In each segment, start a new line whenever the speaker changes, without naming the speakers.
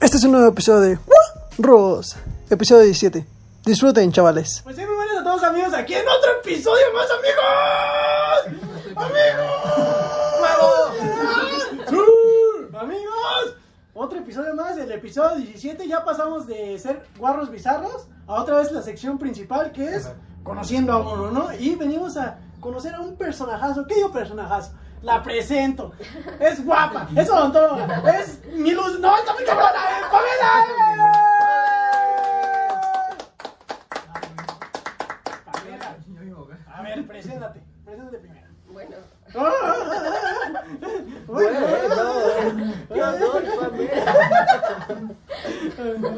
Este es un nuevo episodio de Robos, episodio 17. Disfruten, chavales.
Pues sí, muy buenas a todos amigos, aquí en otro episodio más amigos. Amigos. ¡Sí! Amigos. Otro episodio más, el episodio 17, ya pasamos de ser guarros bizarros a otra vez la sección principal que es conociendo a uno, ¿no? Y venimos a conocer a un personajazo. ¿Qué digo personajazo? La presento. Es guapa, es odontóloga, es mi luz. No, está muy cabrona, eh, Pamela. Pamela. A ver, preséntate, preséntate primero.
Bueno,
Bueno, a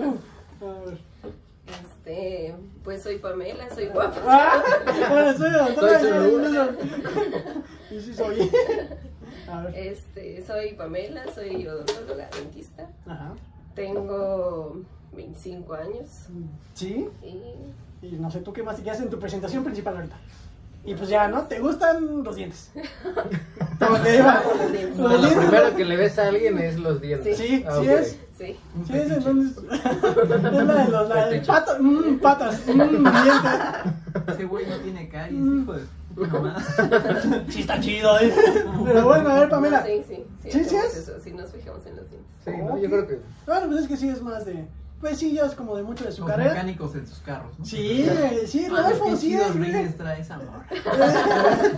ver.
este, pues soy Pamela, soy guapa.
Ah, bueno, soy doctora.
Soy segura.
Y sí soy. A ver.
Este, soy Pamela, soy odontóloga dentista.
Ajá.
Tengo 25 años
Sí.
y
Y no sé tú qué más quieres en tu presentación principal ahorita. Y pues ya, ¿no? ¿Te gustan los dientes? Como te iba. Los dientes.
Pues lo primero que le ves a alguien es los
Sí,
dientes.
sí
Ah, ok.
es.
sí.
Sí, es entonces. es la de los la de patas. Mmm, patas. Mmm, dientes.
Ese güey no tiene caries,
Mm.
hijo de mamá.
Sí, está chido, ¿eh? Pero bueno, a ver, Pamela.
Sí, sí,
¿Sí,
sí.
sí
hacemos
es?
eso, sí, nos fijamos en los dientes.
Sí, ¿no? yo creo que.
Bueno, pues es que sí es más de. Pues sí, ya es como de mucho de su
Los
carrera.
mecánicos en sus carros, ¿no?
Sí, güey, sí,
Ah,
Rodolfo,
qué
sí
chidos
es, güey.
rines trae esa morra.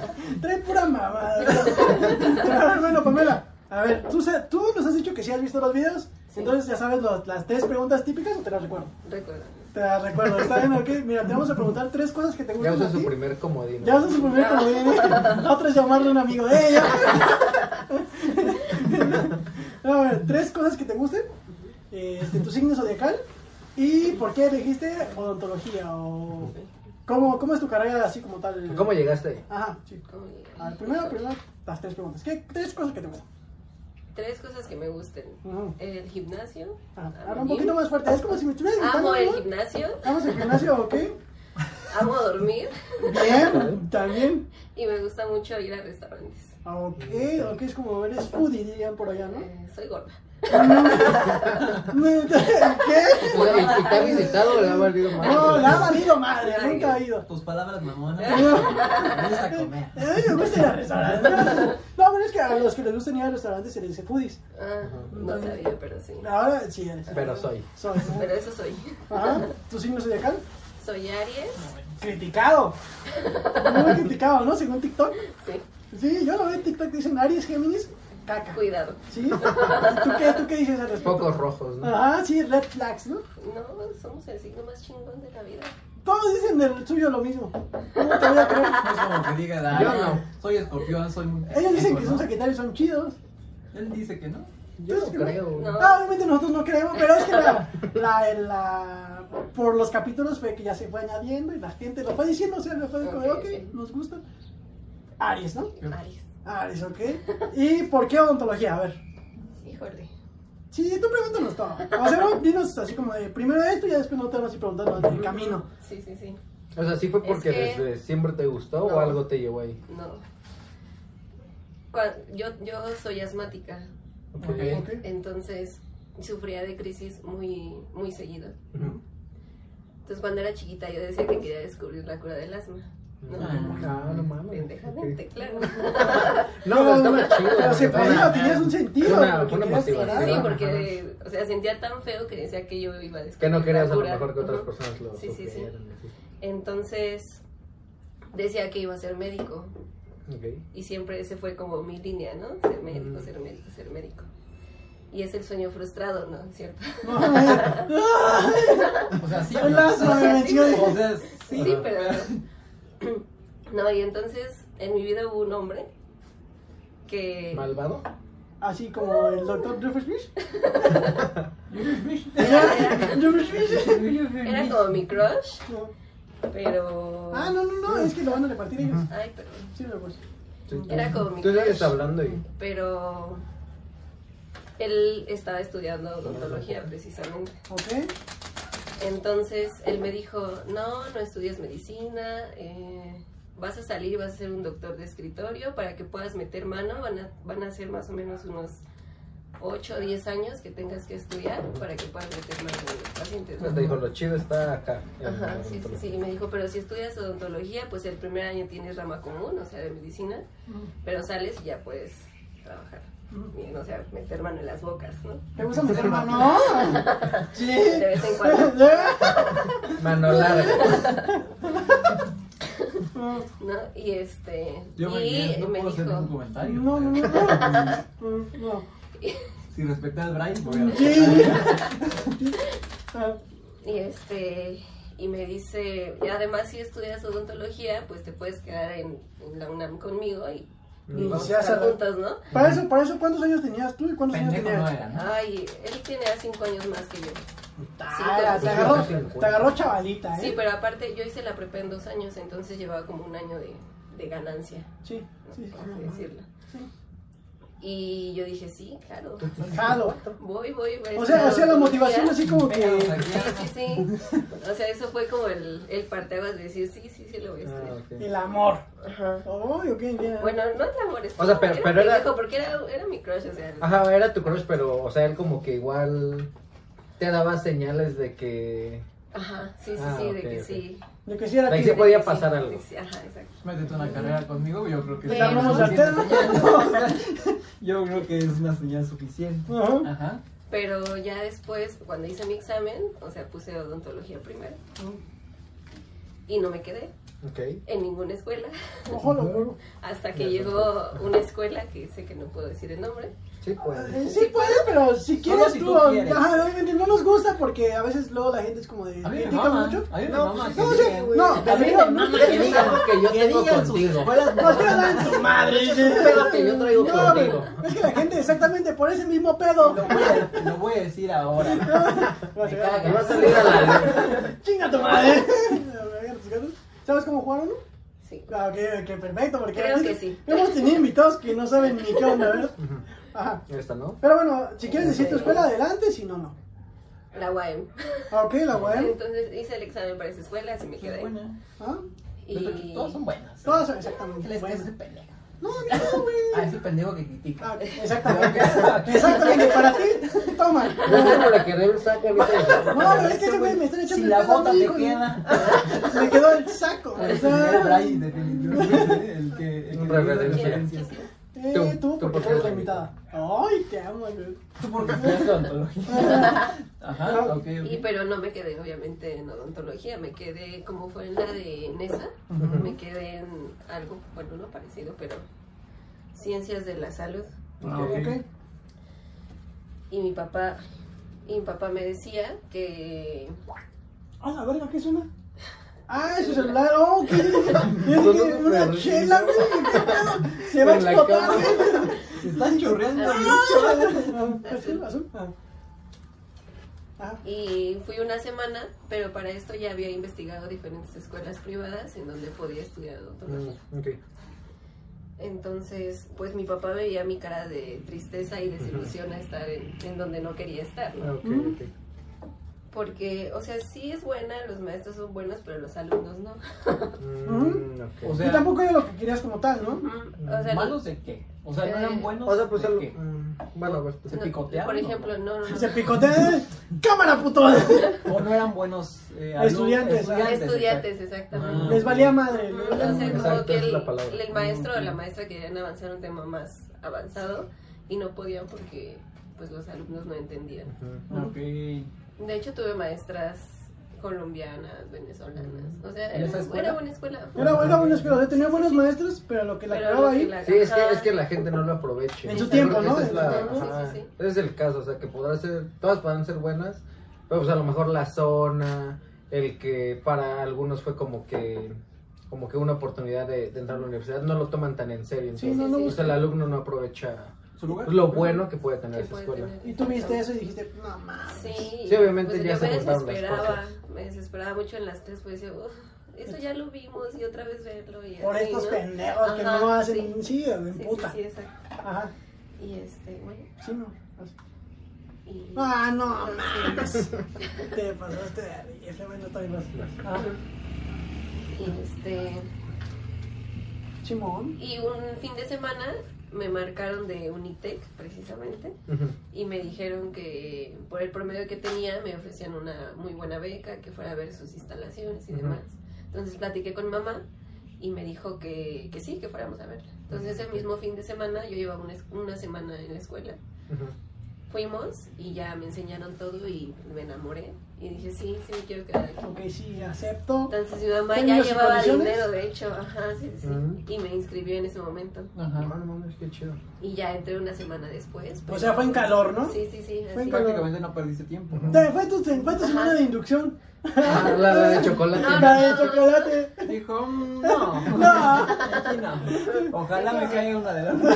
Trae pura mamada. Pero, a ver, bueno, Pamela, a ver, tú, se- tú nos has dicho que sí has visto los videos.
Sí.
Entonces, ya sabes los- las tres preguntas típicas o te las recuerdo.
Recuerda.
Te las recuerdo, está bien, ok. Mira, te vamos a preguntar tres cosas que te
Ya
gustan.
usa
a
su
ti.
primer comodín.
Ya usas su primer comodín. ¿eh? La otra es llamarle a un amigo. ¡Eh, ya! A ver, tres cosas que te gusten: este, tu signo zodiacal y por qué elegiste odontología o. ¿Cómo, cómo es tu carrera así como tal?
¿Cómo llegaste ahí?
Ajá, sí.
¿Cómo le digo?
A ver, primero, primero, las tres preguntas. ¿Qué tres cosas que te gustan?
Tres cosas que me gusten.
Ujú.
El gimnasio.
Ajá.
a
Habla Ah, un
mí.
poquito más fuerte. Es como si me estuvieras gritando.
Amo el
¿no?
gimnasio,
Vamos al gimnasio, ¿ok?
amo dormir
Bien, también.
y me gusta mucho ir a restaurantes.
Ok, ok, es como eres foodie, dirían por allá, ¿no?
Eh, soy gorda.
¿Qué?
O sea, Pues ¿Y te ha visitado o le ha valido más?
No, la ha valido madre, nunca ha ido.
Tus palabras mamonas.
No.
Vamos a comer.
Eh, me gusta ir a restaurantes. No, pero es que a los que les gusta ir a restaurantes se les dice foodies.
Ah, no sabía, pero sí.
Ahora sí eres.
Pero soy.
Soy, ¿no?
Pero eso soy.
Ajá, ¿tu signo zodiacal?
Soy Aries.
Criticado. Muy criticado, ¿no? Según TikTok.
Ah.
Sí,
Sí, yo lo veo en TikTok, dicen Aries, Géminis, caca.
cuidado.
¿Sí? ¿Tú qué, ¿Tú qué dices al respecto?
Pocos rojos, ¿no?
Ajá, sí, red flags, ¿no?
No, somos el signo más chingón de la vida.
Todos dicen del suyo lo mismo. ¿Cómo te voy a creer?
No es como que diga la.
Yo no.
Soy escorpión, soy un.
Ellos dicen que
¿no?
sus secretarios son chidos.
Él dice que no.
Yo no
Es que
creo.
no.
No, Ah, obviamente nosotros no creemos, pero es que la, la, la- por los capítulos fue que ya se fue añadiendo y la gente lo fue diciendo, o sea, lo fue como, de,
Ok,
ok,
ok.
nos gustan. Aries, ¿no?
Aries.
Aries, ok. ¿Y por qué odontología? A ver.
Híjole.
Sí, tú pregúntanos todo. O sea, no, dinos así como de primero esto y ya después no te vas a preguntarnos del camino.
Sí, sí, sí.
O sea, ¿sí fue porque
Es que-
desde siempre te gustó o
No.
algo te llevó ahí?
No. Cuan- yo, yo soy asmática,
Ok.
Ok.
Ok.
entonces sufría de crisis muy, muy seguido.
Ujú.
Entonces cuando era chiquita yo decía que quería descubrir la cura del asma. No,
Ah.
Ah, no mames.
pendejamente, claro.
No, pero estaba chido.
Pero se
Fue
podía,
una-
tenías un sentido.
fue una-
porque
fue una
querías
motivación.
parar.
Sí, porque, o sea, sentía tan feo que decía que yo iba a descubrir
Que no querías
la
a lo
cura.
mejor que otras
Ujú.
personas lo
Sí, sí, sí.
supieran, así.
Entonces decía que iba a ser médico.
Ok.
Y siempre ese fue como mi línea, ¿no? Ser médico,
Mm.
ser médico, ser médico. Y es el sueño frustrado, ¿no? ¿Es ¿Cierto?
No, ay,
O sea, sí.
el
¿no?
asma me venció.
O sea,
Sí, sí, pero... No, y entonces en mi vida hubo un hombre que...
¿Malvado?
Así como el doctor Jeffers Ah, Jeffers
Era como mi crush, pero...
Ah, no, no, no, es que lo van a repartir ellos.
Ay, perdón.
Sí, pero pues.
Sí.
Era como mi
Tú sigues
crush.
hablando y...
Pero... Él estaba estudiando odontología precisamente.
Ok.
Entonces él me dijo, no, no estudias medicina, eh, vas a salir, vas a ser un doctor de escritorio, para que puedas meter mano, van a, van a ser más o menos unos 8 o 10 años que tengas que estudiar para que puedas meter más de 10 pacientes.
Pues Te dijo, lo chido está acá. en
Ajá,
la
sí, sí,
odontología.
sí. Y me dijo, pero si estudias odontología, pues el primer año tienes rama común, o sea, de medicina, pero sales y ya puedes trabajar. Bien, o sea, meter mano en las bocas, ¿no?
¿Te gusta meter mano? Sí.
De vez en cuando.
Mano larga.
¿no? Y este.
Yo me,
y
no
me
puedo hacer ningún
dijo.
comentario.
No, no, no, no. No.
Si respecta al Brian, voy a
Sí. Ah,
Y este. Y me dice, y además si estudias odontología, pues te puedes quedar en, en la UNAM conmigo y, y vamos
Mm. Pues ya
a estar
sabe.
juntos, ¿no?
Para eso, para eso, ¿cuántos años tenías tú y cuántos años
Pendejo no
tenías?
era, ¿no?
Ay, él tiene cinco años más que yo.
Ah, te agarró, te agarró chavalita, ¿eh?
Sí, pero aparte yo hice la prepa en dos años, entonces llevaba como un año de, de ganancia,
Sí, sí,
por así
sí.
decirlo. Y yo dije, sí, claro,
Jalo.
voy, voy, voy.
O sea, o sea, la motivación
es
así como
Pero, o sea,
que...
Sí, sí, sí. O sea, eso fue como el, el parteaguas de decir, sí, sí, sí, lo voy a
Ah,
estudiar.
ok.
El amor.
Ajá.
Oh, yo qué entiendo.
Bueno, no el amor, es
O sea, pero-
era
pero era-
pendejo, porque era, era mi crush, o sea,
Ajá, era tu crush, pero, o sea, él como que igual te daba señales de que.
ajá, sí, sí,
Ah,
sí,
ok,
de que
ok.
sí.
De que si era
Ahí
tío.
se podía
de que sí,
pasar
de
algo.
que sí, ajá, exacto.
Métete una carrera conmigo, yo creo que
Te hablamos
al tema.
Yo creo que es una señal suficiente.
Ajá.
Ajá.
Pero ya después, cuando hice mi examen, o sea, puse odontología primero y no me quedé
Ok.
en ninguna escuela.
Ojo, lo juro.
Hasta que llegó una escuela que sé que no puedo decir el nombre.
Sí, pues.
Eh, Sí puede, pero si
Solo
quieres
si
tú. ah,
tú quieres.
Ajá, obviamente no nos gusta porque a veces luego la gente es como de.
A mí me
¿Critica
mama.
mucho?
A mí me
No,
mama.
pues,
que
no,
digan-
sí, no, te digo, no, no,
Que digan lo que yo tengo contigo.
no, es que la en tu madre.
Es un pedo que yo traigo
No,
contigo.
pero es que la gente, exactamente, por ese mismo pedo.
Lo voy a- Lo voy a decir ahora.
Vas a
Me
ver,
caga.
Y va a salir a la luz.
Chinga tu madre. A ver, tus gatos. ¿Sabes cómo jugaron?
Sí.
Ah, que, que perfecto, porque
Creo
a veces
que sí.
hemos tenido invitados que no saben ni qué onda, ¿verdad? Ajá.
Esta, ¿no?
Pero bueno, si quieres decir tu escuela, adelante, si no, no.
La UAM.
Ah, ok, la web.
Entonces hice el examen para esa escuela, así me quedé.
Buena.
¿Ah?
Yo creo que
Y
Todas son buenas.
Todas son
El
exactamente.
este es
buenas.
ese pendejo.
No, no, güey.
Ah, ese pendejo que
Ah,
critica.
Exactamente. Exactamente, para ti, toma.
No es como la que Rebel saca, ¿viste?
No, pero es que ese güey me está echando
este Si
el
la
pedo a
bota
mí,
te
hijo de-
queda.
Me quedó el saco.
El
o
primer
sea,
Brian, definitivamente. El que. el
Un
que dio
rebelde.
las
¿Quién?
referencias.
eh,
Tú,
tú,
tú
porque
porque
tú eres
eres
la
la
invitada. Ay, te amo, güey.
Tú porque estudias odontología. Ajá, ok. pues, ok.
Y pero no me quedé obviamente en odontología, me quedé como fue en la de NESA, me quedé en algo, bueno, no parecido, pero ciencias de la salud.
Ah, ok.
Ok.
Y mi papá, y mi papá me decía que
A la verga, ¿qué suena? Ah, es su celular. Oh, ¿qué? Yo dije,
Sonó
una
súper
chela, güey. ¿qué pedo? Se va a
En la
explotar,
cama.
güey.
Se están chorreando
Ah, Azul, azul. Ah. Ah,
y fui una semana, pero para esto ya había investigado diferentes escuelas privadas en donde podía estudiar odontología.
Mm, ok.
Entonces, pues mi papá veía mi cara de tristeza y desilusión a estar en, en donde no quería estar, ¿no?
Ah, ok,
Mm.
ok.
Porque, o sea, sí es buena, los maestros son buenos, pero los alumnos no.
Mm, ok.
O sea,
Y tampoco era lo que querías como tal, ¿no?
o sea,
¿Malos de qué? O sea, ¿no eran buenos?
O sea, pues
de
el-
qué?
mm, Bueno, pues.
¿Se
no, Por
picoteaban? o
ejemplo,
no?
no, no, no.
Se picotea. ¡Cámara, puto! Les
¿O no eran buenos eh,
Estudiantes, ah.
alumnos?
Estudiantes, exactamente.
Ah.
valía madre.
Ujú,
les
O
valía
sea,
madre.
Exacto,
como que
es
el,
la palabra. Mm.
el maestro o la
Ok.
maestra querían avanzar un tema más avanzado y no podían porque pues los alumnos no entendían.
Ujú.
Ah, Ok. ¿En
De hecho, tuve maestras colombianas, venezolanas.
Mm.
O sea,
¿En esa
era,
escuela?
era buena escuela.
Era, era bueno, espero. O sea, tenía buenos maestros, pero lo que la
Pero
clavaba
lo que
ahí.
la-
Sí, es que, es que la gente no lo aproveche.
En su
Yo
tiempo,
creo que
¿no?
esa Es la-
Ajá, sí,
ajá,
sí, sí.
ese es el caso, o sea, que podrá ser, todas podrán ser buenas, pero pues a lo mejor la zona, el que para algunos fue como que como que una oportunidad de, de entrar a la universidad, no lo toman tan en serio.
Sí,
Entonces,
no, no
pues, el alumno no aprovecha
¿Su lugar?
lo bueno que puede tener
que
esa
puede
escuela.
tener.
Y tú viste eso y dijiste, no mames.
Sí, pues,
Sí, obviamente ya
yo
se
me
juntaron las
desesperaba,
cosas.
me desesperaba mucho en las tres, pues decía, "Uf, eso ya lo vimos y otra vez verlo y
Por
así,
estos
¿no?
pendejos que
Ajá,
no hacen
sí.
un sí,
Sí,
en
sí,
puta.
sí, exacto.
Ajá,
Y este, bueno,
sí, no.
y...
Ah, no mames. Te pasaste de ahí. Ese güey no está bien. Ah,
y este...
chimón.
Y un fin de semana me marcaron de Unitec, precisamente,
Ujú.
y me dijeron que por el promedio que tenía me ofrecían una muy buena beca, que fuera a ver sus instalaciones y
Ujú.
demás. Entonces platiqué con mamá y me dijo que, que sí, que fuéramos a verla. Entonces ese mismo fin de semana, yo llevaba una, es- una semana en la escuela,
Ujú.
fuimos y ya me enseñaron todo y me enamoré. Y dije, sí, sí, me quiero quedar aquí.
Ok, sí, acepto.
Entonces mi mamá ya
¿Términos y
llevaba
condiciones?
dinero, de hecho, ajá, sí, sí, sí.
Ujú.
Y me inscribió en ese momento.
Ah,
Ajá.
no mames, qué chido.
Y ya entré una semana después.
O
pero-
sea, fue en calor, ¿no?
Sí, sí, sí.
Fue en
así.
calor.
Prácticamente no perdiste tiempo. ¿no?
Te- Fue tu, fue tu semana de inducción.
Ah, la, la de chocolate.
No,
La de chocolate.
Dijo, "Mm, no.
No.
Aquí no. Ojalá me caiga una de las
No,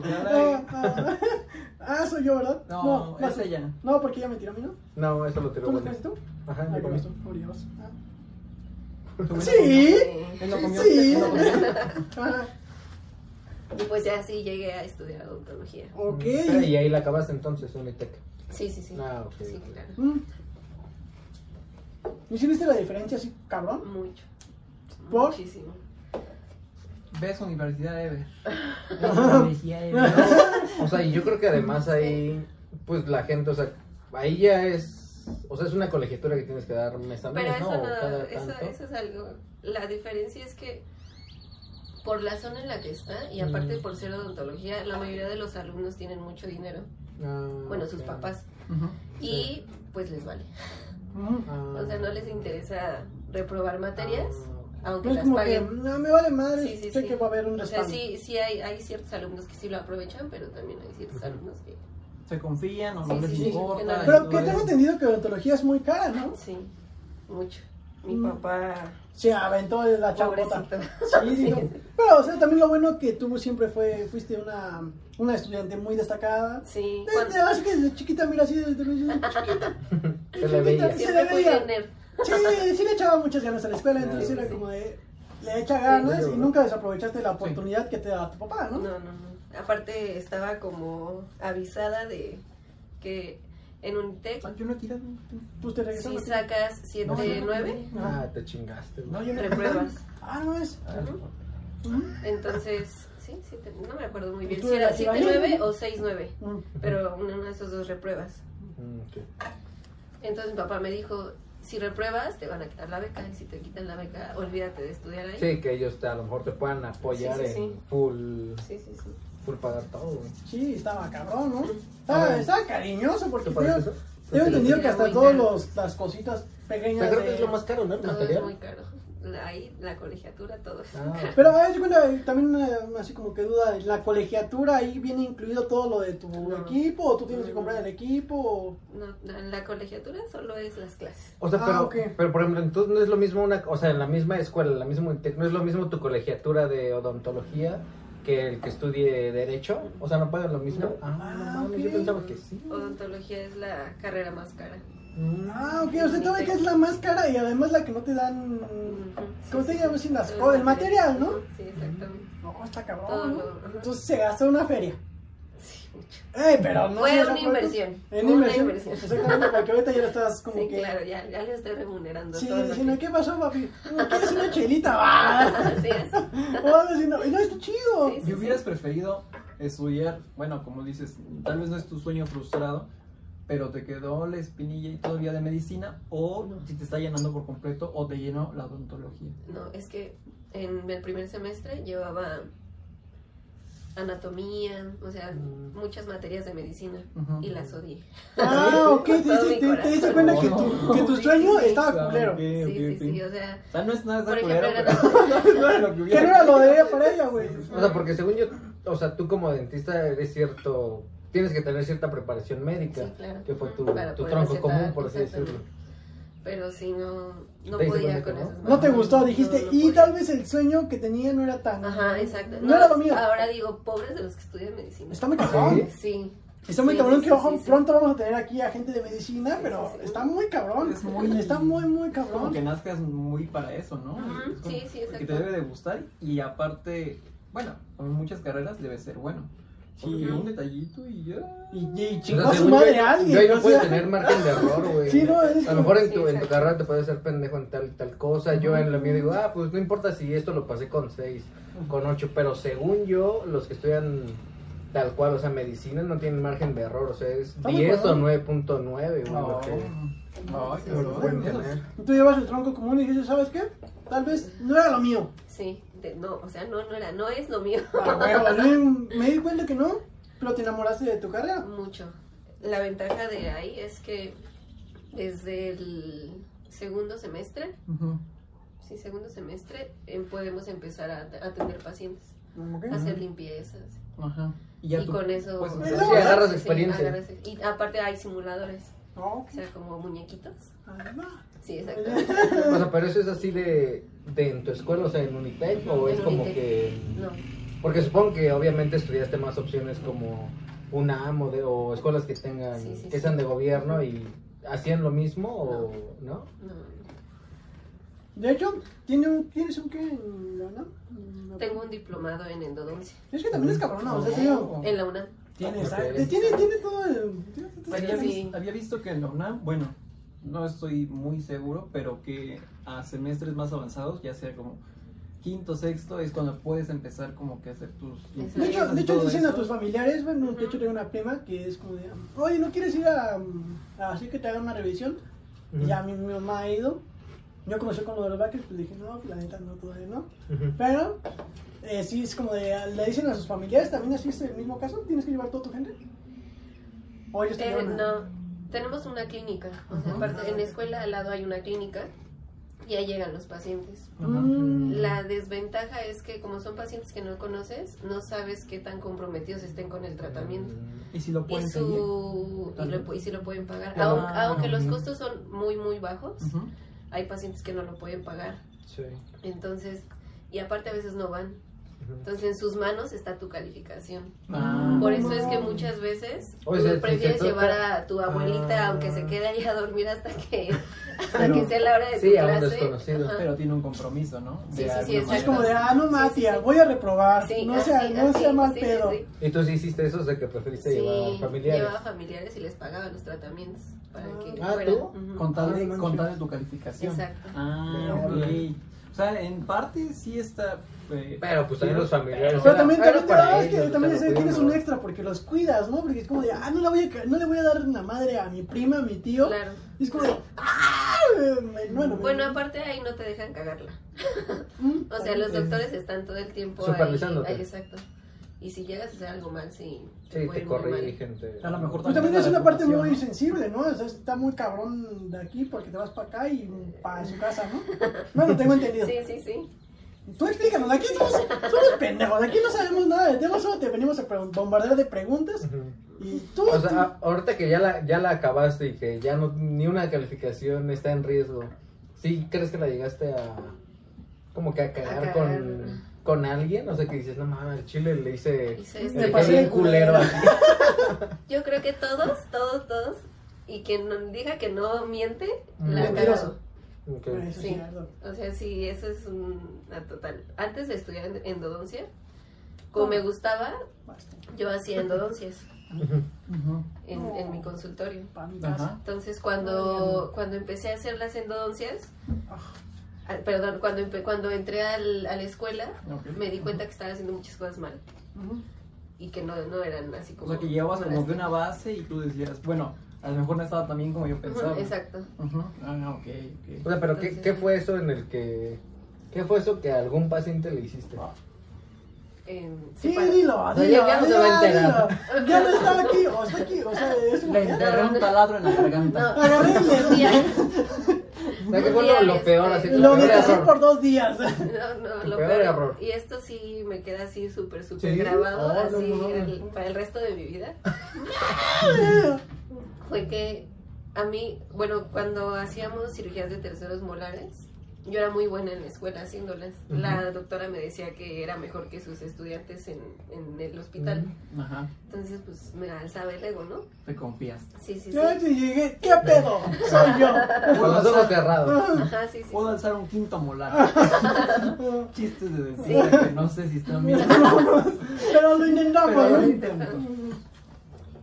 Ojalá.
ah, ah, soy yo, ¿verdad?
No,
vas-
es ella.
No, porque ella me tiró a mí, ¿no?
No, eso lo tiró
¿Tú me
bueno.
crees tú?
Ajá,
Ah, con
yo comí.
esto, por Dios. Ah.
Tú-
Sí.
Eh,
Él no comió.
Sí.
él no comió.
Ah,
Y pues ya sí llegué a estudiar odontología.
Mm,
ok.
Ah, Y ahí la acabaste entonces, Unitec.
Sí, sí, sí.
Ah, ok.
Sí, claro.
Mm. ¿Y si viste la diferencia así, cabrón?
Mucho.
¿Por?
Muchísimo.
Ves Universidad Ever. Universidad Ever.
O sea, y yo creo que además ahí, pues la gente, o sea, ahí ya es, o sea, es una colegiatura que tienes que dar mes a mes,
Pero
¿no?
eso
O
no,
cada
eso,
tanto.
eso es algo. La diferencia es que por la zona en la que está y aparte
Mm.
por ser odontología, la mayoría de los alumnos tienen mucho dinero.
Ah,
Bueno, sus
ok.
papás.
Ujú.
Y pues les vale.
Mm.
Ah.
O sea, no les interesa reprobar materias,
Ah.
aunque
No es
las
como que,
paguen.
no, me vale madre,
Sí, sí,
sé
sí.
que va a haber un
O sea,
respaldo.
sí, sí hay, hay ciertos alumnos que sí lo aprovechan, pero también hay ciertos
Ujú.
alumnos que
Se confían, o no
Sí,
les
sí, sí,
importa.
que no les-
y
Pero
todo
que tengo
eso.
entendido que odontología es muy cara, ¿no?
sí, mucho. Mi
Mm.
papá,
Se aventó la chambota.
pobrecito.
Sí, digo, Pero, o sea, también lo bueno que tú siempre fue, fuiste una, una estudiante muy destacada.
Sí, cuando-
Desde, así que desde chiquita, mira, así desde, desde chiquita.
Se le veía.
Sí,
siempre
la
fui
veía.
bien nerd.
Sí, sí le echaba muchas ganas a la escuela, entonces
Claro,
era
sí.
como de, le echa ganas
Sí.
y nunca desaprovechaste la oportunidad que te da tu papá,
No,
¿no?
no, no. Aparte estaba como avisada de que en Unitec
Ah, Yo no he tirado.
Pues te
si
regresamos.
sacas
No, no, no,
7,
no.
9,
Ah, te chingaste. güey.
no, yo no.
repruebas.
Ah, no es.
Ah,
Ujú.
Mm,
Entonces, sí, siete- no me acuerdo muy bien
Tú
si era
eras
7,
Ibañez,
9
¿no?
o 6, 9,
mm.
pero uno de esos dos repruebas.
mm, ok.
Entonces mi papá me dijo, si repruebas te van a quitar la beca y si te quitan la beca olvídate de estudiar ahí.
Sí, que ellos te- a lo mejor te puedan apoyar
Sí, sí, sí.
en full,
sí, sí. sí.
full pagar todo, güey.
Sí, estaba cabrón, ¿no?
A
Estaba,
ver.
estaba cariñoso porque
¿Te
tengo,
parece eso?
tengo
Sí,
entendido
sí.
que hasta
Muy
todas
caro.
los- las cositas
O
pequeñas.
sea, creo que
de-
es lo más caro, ¿no? El
Todo es muy
material.
caro. Ahí la colegiatura, todo es
Ah,
caro.
Pero a ver, yo cuenta, también eh, así como que duda, ¿la colegiatura ahí viene incluido todo lo de tu
No.
equipo o tú tienes que
No,
comprar
no.
el equipo? O...
No, no, en la colegiatura solo es las clases.
O sea,
Ah,
pero,
ok.
pero por ejemplo, entonces no es lo mismo una, o sea, en la misma escuela, en la misma UNITEC, no es lo mismo tu colegiatura de odontología que el que estudie derecho, o sea, no pagan lo mismo.
No.
Ah, no
Ah, ok.
mames, yo pensaba que sí.
Odontología es la carrera más cara.
Mm.
Ah, ok, o sea, todavía que es la más cara y además la que no te dan... ¿Cómo te llamas sin las- o el material, no?
Sí, exactamente.
No, está
Todo
cabrón,
lo-
¿no?
ajá.
Entonces se gastó una feria.
Sí, mucho.
Eh, pero no...
Fue
sé,
una
¿cuánto?
inversión.
En
Una
inversión.
inversión.
Exactamente, porque ahorita ya lo estás como
Sí,
que...
claro, ya, ya le estoy remunerando
Sí,
todo. lo
diciendo,
que-
¿qué pasó, papi? ¿Quieres una chelita? Ah.
Así es.
O diciendo, no, está chido.
Sí, sí.
¿Y hubieras preferido estudiar? Bueno, como dices, tal vez no es tu sueño frustrado, pero te quedó la espinilla y todavía de medicina, o si te está llenando por completo, o te llenó la odontología.
No, es que en el primer semestre llevaba anatomía, o sea,
Mm.
muchas materias de medicina
Ujú.
y las odié.
Ah, ok, te,
Con todo
diste-
mi
te- te diste
corazón.
cuenta que
No.
tu, que tu
Sí,
sueño
sí, sí.
estaba
Ah,
culero.
ok,
Sí,
ok,
sí,
ok.
sí, o sea,
O sea, no es nada
Por
tan
ejemplo,
culero,
era
pero... no era lo que
Que
hubiera.
no era lo de ella para ella, güey.
O sea, porque según yo, o sea, tú como dentista eres cierto, tienes que tener cierta preparación médica,
Sí, claro.
que fue tu,
Para
tu
poder
tronco
recetar,
común, por así
exactamente.
decirlo.
pero si no, no
Te diste cuenta
podía con
que no.
esas
No te
materias.
gustó,
No,
dijiste,
no
y
podía.
tal vez el sueño que tenía no era tan...
Ajá, exacto.
No era lo mío.
Ahora digo, pobres de los que estudian medicina.
Está muy cabrón.
¿Sí?
Sí.
Está muy
Sí,
cabrón
sí,
que,
sí,
ojo,
sí, sí.
pronto vamos a tener aquí a gente de medicina,
Sí,
pero
sí, sí.
está muy cabrón.
Es muy-
Está muy, muy
Es como
cabrón.
que nazcas muy para eso, ¿no?
Ujú,
Es como
sí, sí,
que te
exacto.
debe de gustar y aparte, bueno, como en muchas carreras debe ser bueno. Sí, un detallito y ya.
Y, y
O sea,
chingó a su
según
madre
yo,
a alguien.
Yo ahí no
o
puedes
sea.
tener margen de error, güey.
Sí, no, es
a lo mejor en tu,
Sí,
en tu
exacto.
carrera te puedes hacer pendejo en tal, tal cosa. Yo en lo mío digo, ah, pues no importa si esto lo pasé con 6, con 8. Pero según yo, los que estudian tal cual, o sea, medicina, no tienen margen de error. O sea, es
muy
10 o
cabrón.
9.9, güey. lo que-
Ay, qué
lo que
horror.
pueden tener.
Y Tú llevas el tronco común y dices, ¿sabes qué? Tal vez no era lo mío.
Sí, de- no, o sea, no, no era, no es lo mío.
Ah, huevo, ¿no? me di cuenta que no, pero te enamoraste de tu carrera.
Mucho. La ventaja de ahí es que desde el segundo semestre,
Ujú.
sí, segundo semestre, em, podemos empezar a a atender pacientes,
¿Ok?
a hacer limpiezas.
Ajá. Y ya
Y
tú
con eso...
puedes
Pues
empezar.
no.
Sí, agarras
Sí,
experiencia.
agarras- y aparte hay simuladores,
No,
o sea, como muñequitos.
ah, ahí va.
Sí, exactamente.
O sea, pero eso es así de, de en tu escuela, o sea, en Unitec, o
En
es como
Unitec.
que.
No,
Porque supongo que obviamente estudiaste más opciones como una AMO de- o escuelas que tengan,
Sí, sí,
que
sí.
sean de gobierno y hacían lo mismo o no.
no.
De hecho, ¿tiene un, ¿tienes un qué? en la UNAM? En la-
Tengo un diplomado en endodoncia,
Es que también es cabrona, o sea, te digo,
en la UNAM.
Tienes,
Ok.
eh, tiene, tiene todo el... tiene-
Había,
Sí.
vis- había visto que en la UNAM, bueno, no estoy muy seguro, pero que a semestres más avanzados, ya sea como quinto, sexto, es cuando puedes empezar como que a hacer tus...
Exacto.
De hecho, de hecho
todo
dicen a
eso.
tus familiares, bueno, de hecho tengo una prima que es como de, oye, ¿no quieres ir a, a así que te hagan una revisión? Y ya mi, mi mamá ha ido. Yo conocí con lo de los backers, pues dije, no, pues, la neta no, todavía no. Pero, eh, sí, es como de, le dicen a sus familiares, ¿también así es el mismo caso? ¿Tienes que llevar toda tu gente? O ellos te
Eh,
llevan a-
no, tenemos una clínica. O sea,
Ajá.
aparte, en la escuela al lado hay una clínica y ahí llegan los pacientes.
Ajá.
Mm,
La desventaja es que como son pacientes que no conoces, no sabes qué tan comprometidos estén con el tratamiento.
Mm,
Y si lo
Y,
pueden seguir.
su, y, lo- y si lo pueden pagar. Aun-
Ah,
aunque los
ok.
costos son muy, muy bajos,
Ujú.
hay pacientes que no lo pueden pagar.
Sí.
Entonces, y aparte a veces no van. Entonces, en sus manos está tu calificación.
Ah.
Mm, Por eso es que muchas veces
O sea,
tú
si
prefieres
te toca-
llevar a tu abuelita,
Ah.
aunque se quede ahí a dormir hasta que, hasta
Pero-
que sea la hora de
Sí,
tu
a un
clase.
desconocido.
Ajá.
Pero tiene un compromiso, ¿no?
Sí, sí, sí,
alguna
es
exacto.
como de, ah, no,
Sí, sí,
Matia,
sí.
voy a reprobar.
Sí,
no
así,
sea, no
así,
sea mal
sí, sí,
pedo.
sí.
Y tú sí hiciste eso de que preferiste llevar
Sí,
familiares.
llevaba familiares y les pagaba los tratamientos para que
Ah,
fueran.
¿tú?
Ujú.
Con tal,
Ah,
de,
no
con tal
manches.
de tu calificación.
Exacto.
Ah, ok.
Órale.
O sea, en parte sí está... eh,
Pero pues también los familiares.
Pero
era-
también,
era
también te
para
das que
ellos, o
también
sea,
es-
lo
tienes un
cuidaban.
extra porque los cuidas, ¿no? Porque es como de, ah, no, la voy a, ca- no le voy a dar una madre a mi prima, a mi tío.
Claro.
Y es como de, ah, me- bueno. me-
Bueno, aparte ahí no te dejan cagarla.
mm,
O sea, los doctores están todo el tiempo ahí-
Supervisándote.
ahí. exacto. Y si llegas a hacer algo mal, sí.
Sí,
puede
te
ir muy mal.
corrigen. te-
A lo mejor
Pues también es una parte muy
Ujú.
sensible, ¿no? O sea, está muy cabrón de aquí porque te vas para acá y para
Eh.
su casa, ¿no? Bueno, tengo entendido.
Sí, sí, sí.
Tú explícanos, aquí somos, somos pendejos, aquí no sabemos nada del tema, solo te venimos a pre- bombardear de preguntas
Ujú.
y tú...
O sea, ah, a- ahorita que ya la, ya la acabaste y que ya no, ni una calificación está en riesgo, ¿sí crees que la llegaste a como que a cagar
A cagar.
con, con alguien? O sea, que dices, no mames, al chile le hice,
Hice esto.
le
Me
quedé
pasé
bien
de
culero.
culero.
aquí.
este, pues, Yo creo que todos, todos, todos. Y quien no- diga que no miente,
Mm.
la
Mentiroso.
cagó.
Ok.
Bueno, eso sí,
Sí.
perdón.
O sea, sí, eso es un- una total. Antes de estudiar endodoncia, como me gustaba,
Basta.
yo hacía endodoncias
Ujú.
en, en mi consultorio.
Pa' mi casa.
Ajá.
Entonces, cuando, cuando empecé a hacer las endodoncias,
Ah.
ah, perdón, cuando, empe- cuando entré al- a la escuela,
Ok.
me di cuenta que estaba haciendo muchas cosas mal
Ujú.
y que no, no eran así
O
como.
sea, que llevabas como que una base y tú decías, bueno, a lo mejor no estaba tan bien como yo
Ujú,
pensaba.
Exacto.
Ujú. Ah, ok,
O
ok.
sea, pero ¿qué,
Entonces-
¿qué fue eso en el que... ¿Qué fue eso que a algún paciente le hiciste?
Eh,
Sí,
separa-
dilo,
No,
dilo,
ya- ya no se va a
dilo,
enterar.
dilo. Ya no está aquí, o está aquí, o sea, es como
Le
ya.
enterré un taladro en la garganta.
No,
Agarré y le
un
di.
día-
O sea, ¿qué fue lo, lo peor? Así, tu
Lo
peor
dejé
error?
por dos días.
No, no,
Tu
lo
peor
peor.
error.
Y esto sí me queda así súper, súper
¿Sí?
grabado,
Ah, no
así
mames.
el- para el resto de mi vida. Fue que a mí, bueno, cuando hacíamos cirugías de terceros molares, Yo era muy buena en la escuela haciéndolas. La doctora me decía que era mejor que sus estudiantes en, en el hospital.
Ajá,
Entonces, pues me alzaba el ego, ¿no?
te confías.
Sí, sí, sí.
Yo te llegué, ¿qué pedo? Soy yo.
Con los ojos cerrados.
Ajá, sí, sí.
Puedo alzar un quinto molar. Chistes de decir que no sé si están bien.
Pero lo intentamos,
Pero
¿no?
lo intento.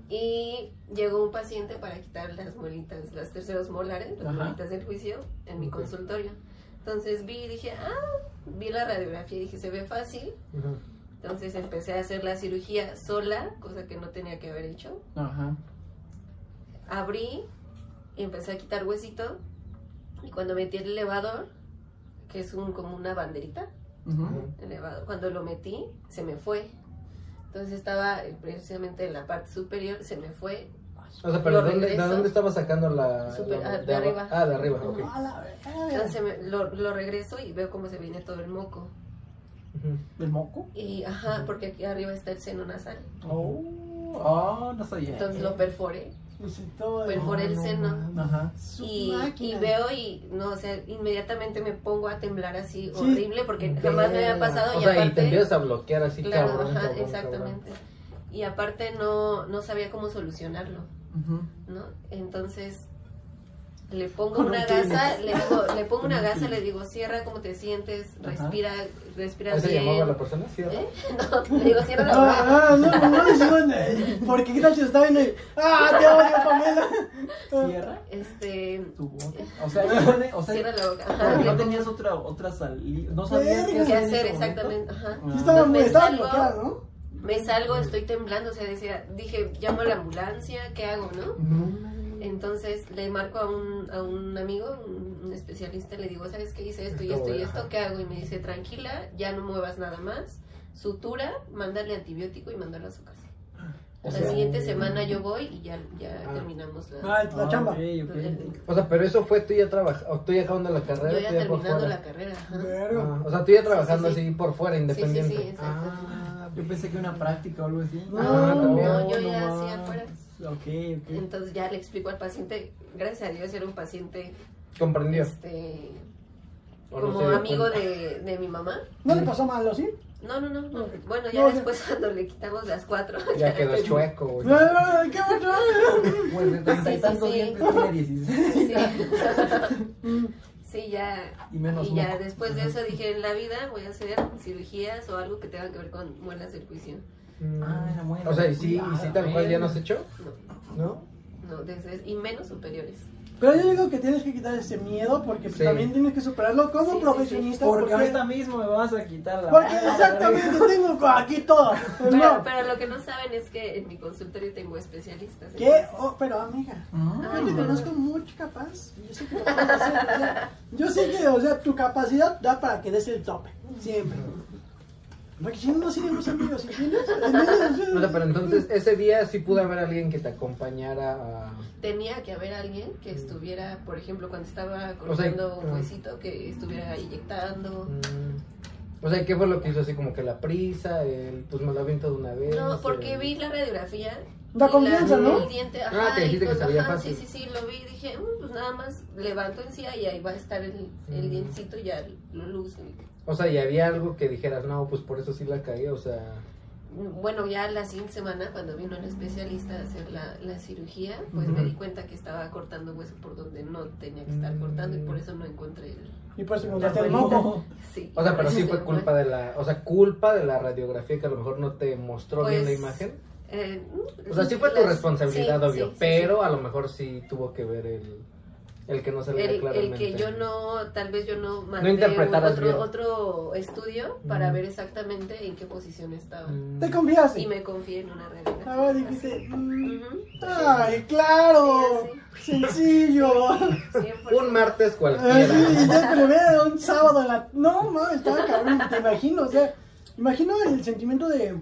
Y llegó un paciente para quitar las molitas, las terceros molares, las
Ajá.
molitas del juicio, en mi
Ok.
consultorio. Entonces vi y dije, ah, vi la radiografía y dije, se ve fácil.
Ujú.
Entonces empecé a hacer la cirugía sola, cosa que no tenía que haber hecho.
Ajá.
abrí y empecé a quitar huesito. Y cuando metí el elevador, que es un, como una banderita,
Ujú.
Ujú.
elevado, cuando lo metí, se me fue. Entonces estaba eh, precisamente en la parte superior, se me fue.
O sea, pero
Lo
¿de dónde, de
regreso.
dónde estaba sacando la.
Super-
la-
ah, de
aba-
arriba.
Ah, de arriba, ok.
A la verga.
Entonces me- lo, lo regreso y veo cómo se viene todo el moco.
Ujú.
¿Del moco?
Y ajá, porque aquí arriba está el seno nasal.
Oh, oh, no sabía.
Entonces lo perforé,
Y
Pues,
si todo-
perforé el
no
seno.
mames. Ajá.
Su
Y,
máquina.
y veo y no, o sea, inmediatamente me pongo a temblar así
Sí.
horrible porque jamás me había pasado
O
y
sea, y te
aparte
empiezas a bloquear así,
Claro,
cabrón.
ajá,
cabrón,
exactamente. Y aparte no, no sabía cómo solucionarlo,
Ujú.
¿no? Entonces le pongo
Con
una
rutinas.
gasa, le, digo- le pongo
Con
una gasa,
rutinas.
le digo, cierra cómo te sientes,
Ajá.
respira,
cabrón.
respira
¿Ahí se llamaba la
bien.
persona? Sí, ¿verdad?
¿Eh? No, le digo, cierra la boca.
Ah, ah, no, no, no, no, porque qué tal si está bien y- ¡Ah, te odio, Pamela! Ah.
Cierra
Este,
tu boca. O sea, ahí pone- o sea,
cierra la boca. Ajá,
porque
le
no
pongo
tenías otra, otra salida. No sabías
¿Qué
qué
qué
hacer.
hacer
en ese
exactamente.
momento.
Ajá.
Ah.
Sí, estaba muy
Me
estaba
salgo.
bloqueada, ¿no?
Me salgo, estoy temblando, o sea, decía, dije, llamo a la ambulancia, ¿qué hago, no? Entonces le marco a un, a un amigo, un, un especialista, le digo, ¿sabes qué hice esto y esto y esto? ¿Qué hago? Y me dice, tranquila, ya no muevas nada más, sutura, mándale antibiótico y mándala a su casa.
O
la
sea,
siguiente semana yo voy y ya, ya
Ah.
terminamos la...
Ah, la
Ah,
chamba.
ok, ok.
O sea, pero eso fue tú ya trabajando, tú ya acabando la carrera.
yo
tú
ya
por
terminando
fuera.
la carrera. ajá.
Verga.
Ah, o sea, tú ya trabajando
Sí, sí, sí.
así por fuera, independiente.
Sí, sí, sí, exacto.
Ah,
Yo pensé que una práctica o algo así. Ah,
No,
no, yo ya
mames.
hacía afuera.
Ok, ok.
Entonces ya le explico al paciente, gracias a Dios era un paciente
comprendió.
este,
O no
como
se dio
amigo
cuenta.
de, de mi mamá.
No le pasó malo, ¿sí?
No, no, no, no.
Ok.
Bueno, ya
No, ya.
después cuando le quitamos las cuatro,
Ya quedó chueco, güey.
Ah, ¿Qué pasó?
Pues de treinta y
Sí, sí,
tantos
sí.
dientes tiene 16.
Sí. Sí, ya.
Y menos
y ya
moco.
después de
Ajá.
eso dije, en la vida voy a hacer cirugías o algo que tenga que ver con muelas del juicio.
Mm.
Ah, era bueno.
O sea, y sí, y sí, tal cual ya no has
se
hecho,
No,
¿no?
no, desde, y menos superiores.
Pero yo digo que tienes que quitar ese miedo porque pues,
Sí.
también tienes que superarlo como
Sí, sí,
profesionista.
Porque ahorita mismo me vas a quitar la. Ah,
porque exactamente tengo aquí todo.
Pero,
Pues No.
pero lo que no saben es que en mi consultorio tengo especialistas.
¿Qué?
entonces-
Oh, pero amiga.
Ah,
Yo te conozco mucho capaz. Yo sé que lo puedes hacer, o sea, Yo sé que, o sea, tu capacidad da para que des el tope. Siempre. Porque si no, no seríamos amigos, ¿entiendes?
O sea, pero entonces ese día sí pudo haber alguien que te acompañara a...
Tenía que haber alguien que estuviera, por ejemplo, cuando estaba
Mm. O sea,
cortando un
ah.
huesito, que estuviera inyectando.
Mm. O sea, ¿qué fue lo que hizo así como que la prisa, el pues me lo aviento de una vez?
No, porque
el-
vi la radiografía.
Da
y
confianza,
la-
¿no?
El diente,
Ah,
ajá,
te
y
dijiste que
con-
salía
ajá,
fácil.
Sí, sí, sí, lo vi y dije, "Mm, pues nada más levanto encía y ahí va a estar el, el
Mm.
dientecito y ya lo luce.
O sea, y había algo que dijeras, no, pues por eso sí la cagué, o sea...
Bueno, ya la siguiente semana, cuando vino el especialista a hacer la, la cirugía, pues me
Ujú.
di cuenta que estaba cortando hueso por donde no tenía que estar cortando y
Mm.
por eso no encontré el...
Y
pues,
por eso me
La
gusta el
abuelita.
moco.
Sí,
O sea, pero
por
sí
eso
fue
se
culpa de la... O sea, culpa de la radiografía que a lo mejor no te mostró bien la
Pues,
imagen.
Eh,
O sea, sí fue tu
las-
responsabilidad,
sí,
obvio,
sí, sí,
pero a lo mejor sí tuvo que ver el, el que no se veía
el, el
claramente.
que yo no, tal vez yo no mandé
interpretaras bien.
otro, otro estudio para
Mm.
ver exactamente en qué posición estaba.
Mm.
Te
Y
confiaste.
me confié en una
A
Ah,
realidad.
ver, dijiste. mm,
Ujú,
Ay, claro.
Sí,
Sencillo.
100%.
Mm. Un martes
Ay,
cualquiera.
sí, y ya pero era un sábado en la. No, mames, estaba cabrón. Te imagino, o sea, imagino el sentimiento de.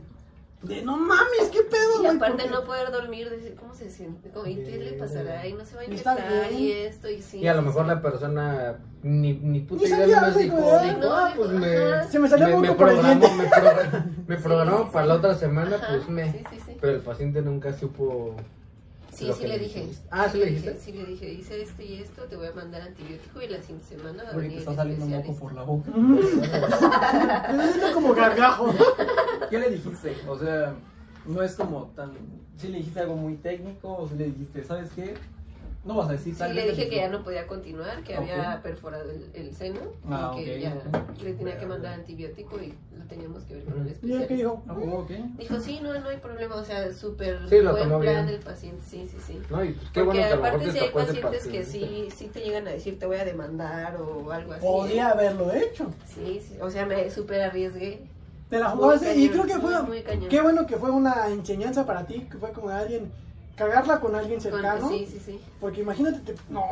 De no mames, qué pedo,
Y
güey.
aparte
porque-
no poder dormir, decir cómo se siente, ¿Cómo- y qué le pasará, y no se va a
Y está
infectar,
bien.
y esto, y sí.
Y a lo mejor
sí.
la persona ni, ni puta
Ni
idea
sabía,
nomás
güey,
dijo,
güey.
dijo, ah, pues me,
Se me salió
me,
un
me
moco por el
programó,
diente.
me, pro- me
Sí,
programó
sí,
para
sí.
la otra semana,
Ajá,
pues me.
Sí, sí, sí.
Pero el paciente nunca supo
Sí,
lo
sí
que
le dije.
dijiste. Ah, sí le dijiste.
Sí le dije, hice esto y esto, te voy a mandar antibiótico y la siguiente semana va a
Porque te
venir
está
el
saliendo moco
especialista.
por la boca.
Me siento como gargajo.
¿Qué le dijiste? O sea, no es como tan. Si le dijiste algo muy técnico, o si le dijiste, ¿sabes qué? No vas a decir
Sí,
tal
le
vez
dije que ya no podía continuar, que
Ok.
había perforado el, el seno
Ah,
y que
ok,
ya
ok.
le tenía que mandar antibiótico y lo teníamos que ver con el
Y el
especialista.
que dijo,
Ah, ok.
Dijo, sí, no, no hay problema, o sea, súper
Sí, lo
buen
tomó
plan
bien.
del paciente, sí, sí, sí.
No, y pues qué
Porque
bueno que a lo
aparte
mejor te
si hay
tocó ese
pacientes que
paciente.
sí, sí te llegan a decir te voy a demandar o algo así.
podría haberlo hecho.
Sí, sí, o sea, me súper arriesgué.
Te la
Muy
jugaste y
cañón,
creo que fue.
muy, muy cañón.
Qué bueno que fue una enseñanza para ti, que fue como de alguien. Cagarla con alguien
Con-
cercano.
sí, sí, sí.
Porque imagínate, te- no,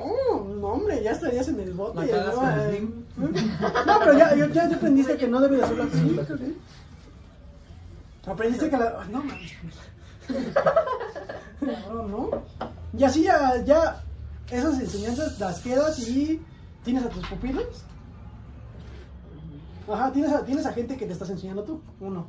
no, hombre, ya estarías en el bote.
La
ya
cagas
no,
con
eh.
Slim.
No, pero ya, ya, ya aprendiste que no debe de hacerlo así. sí. Aprendiste que la. ah, No, mames. No, no. Y así ya, ya esas enseñanzas las quedas y tienes a tus pupilos. Ajá, tienes a, tienes a gente que te estás enseñando tú. Uno.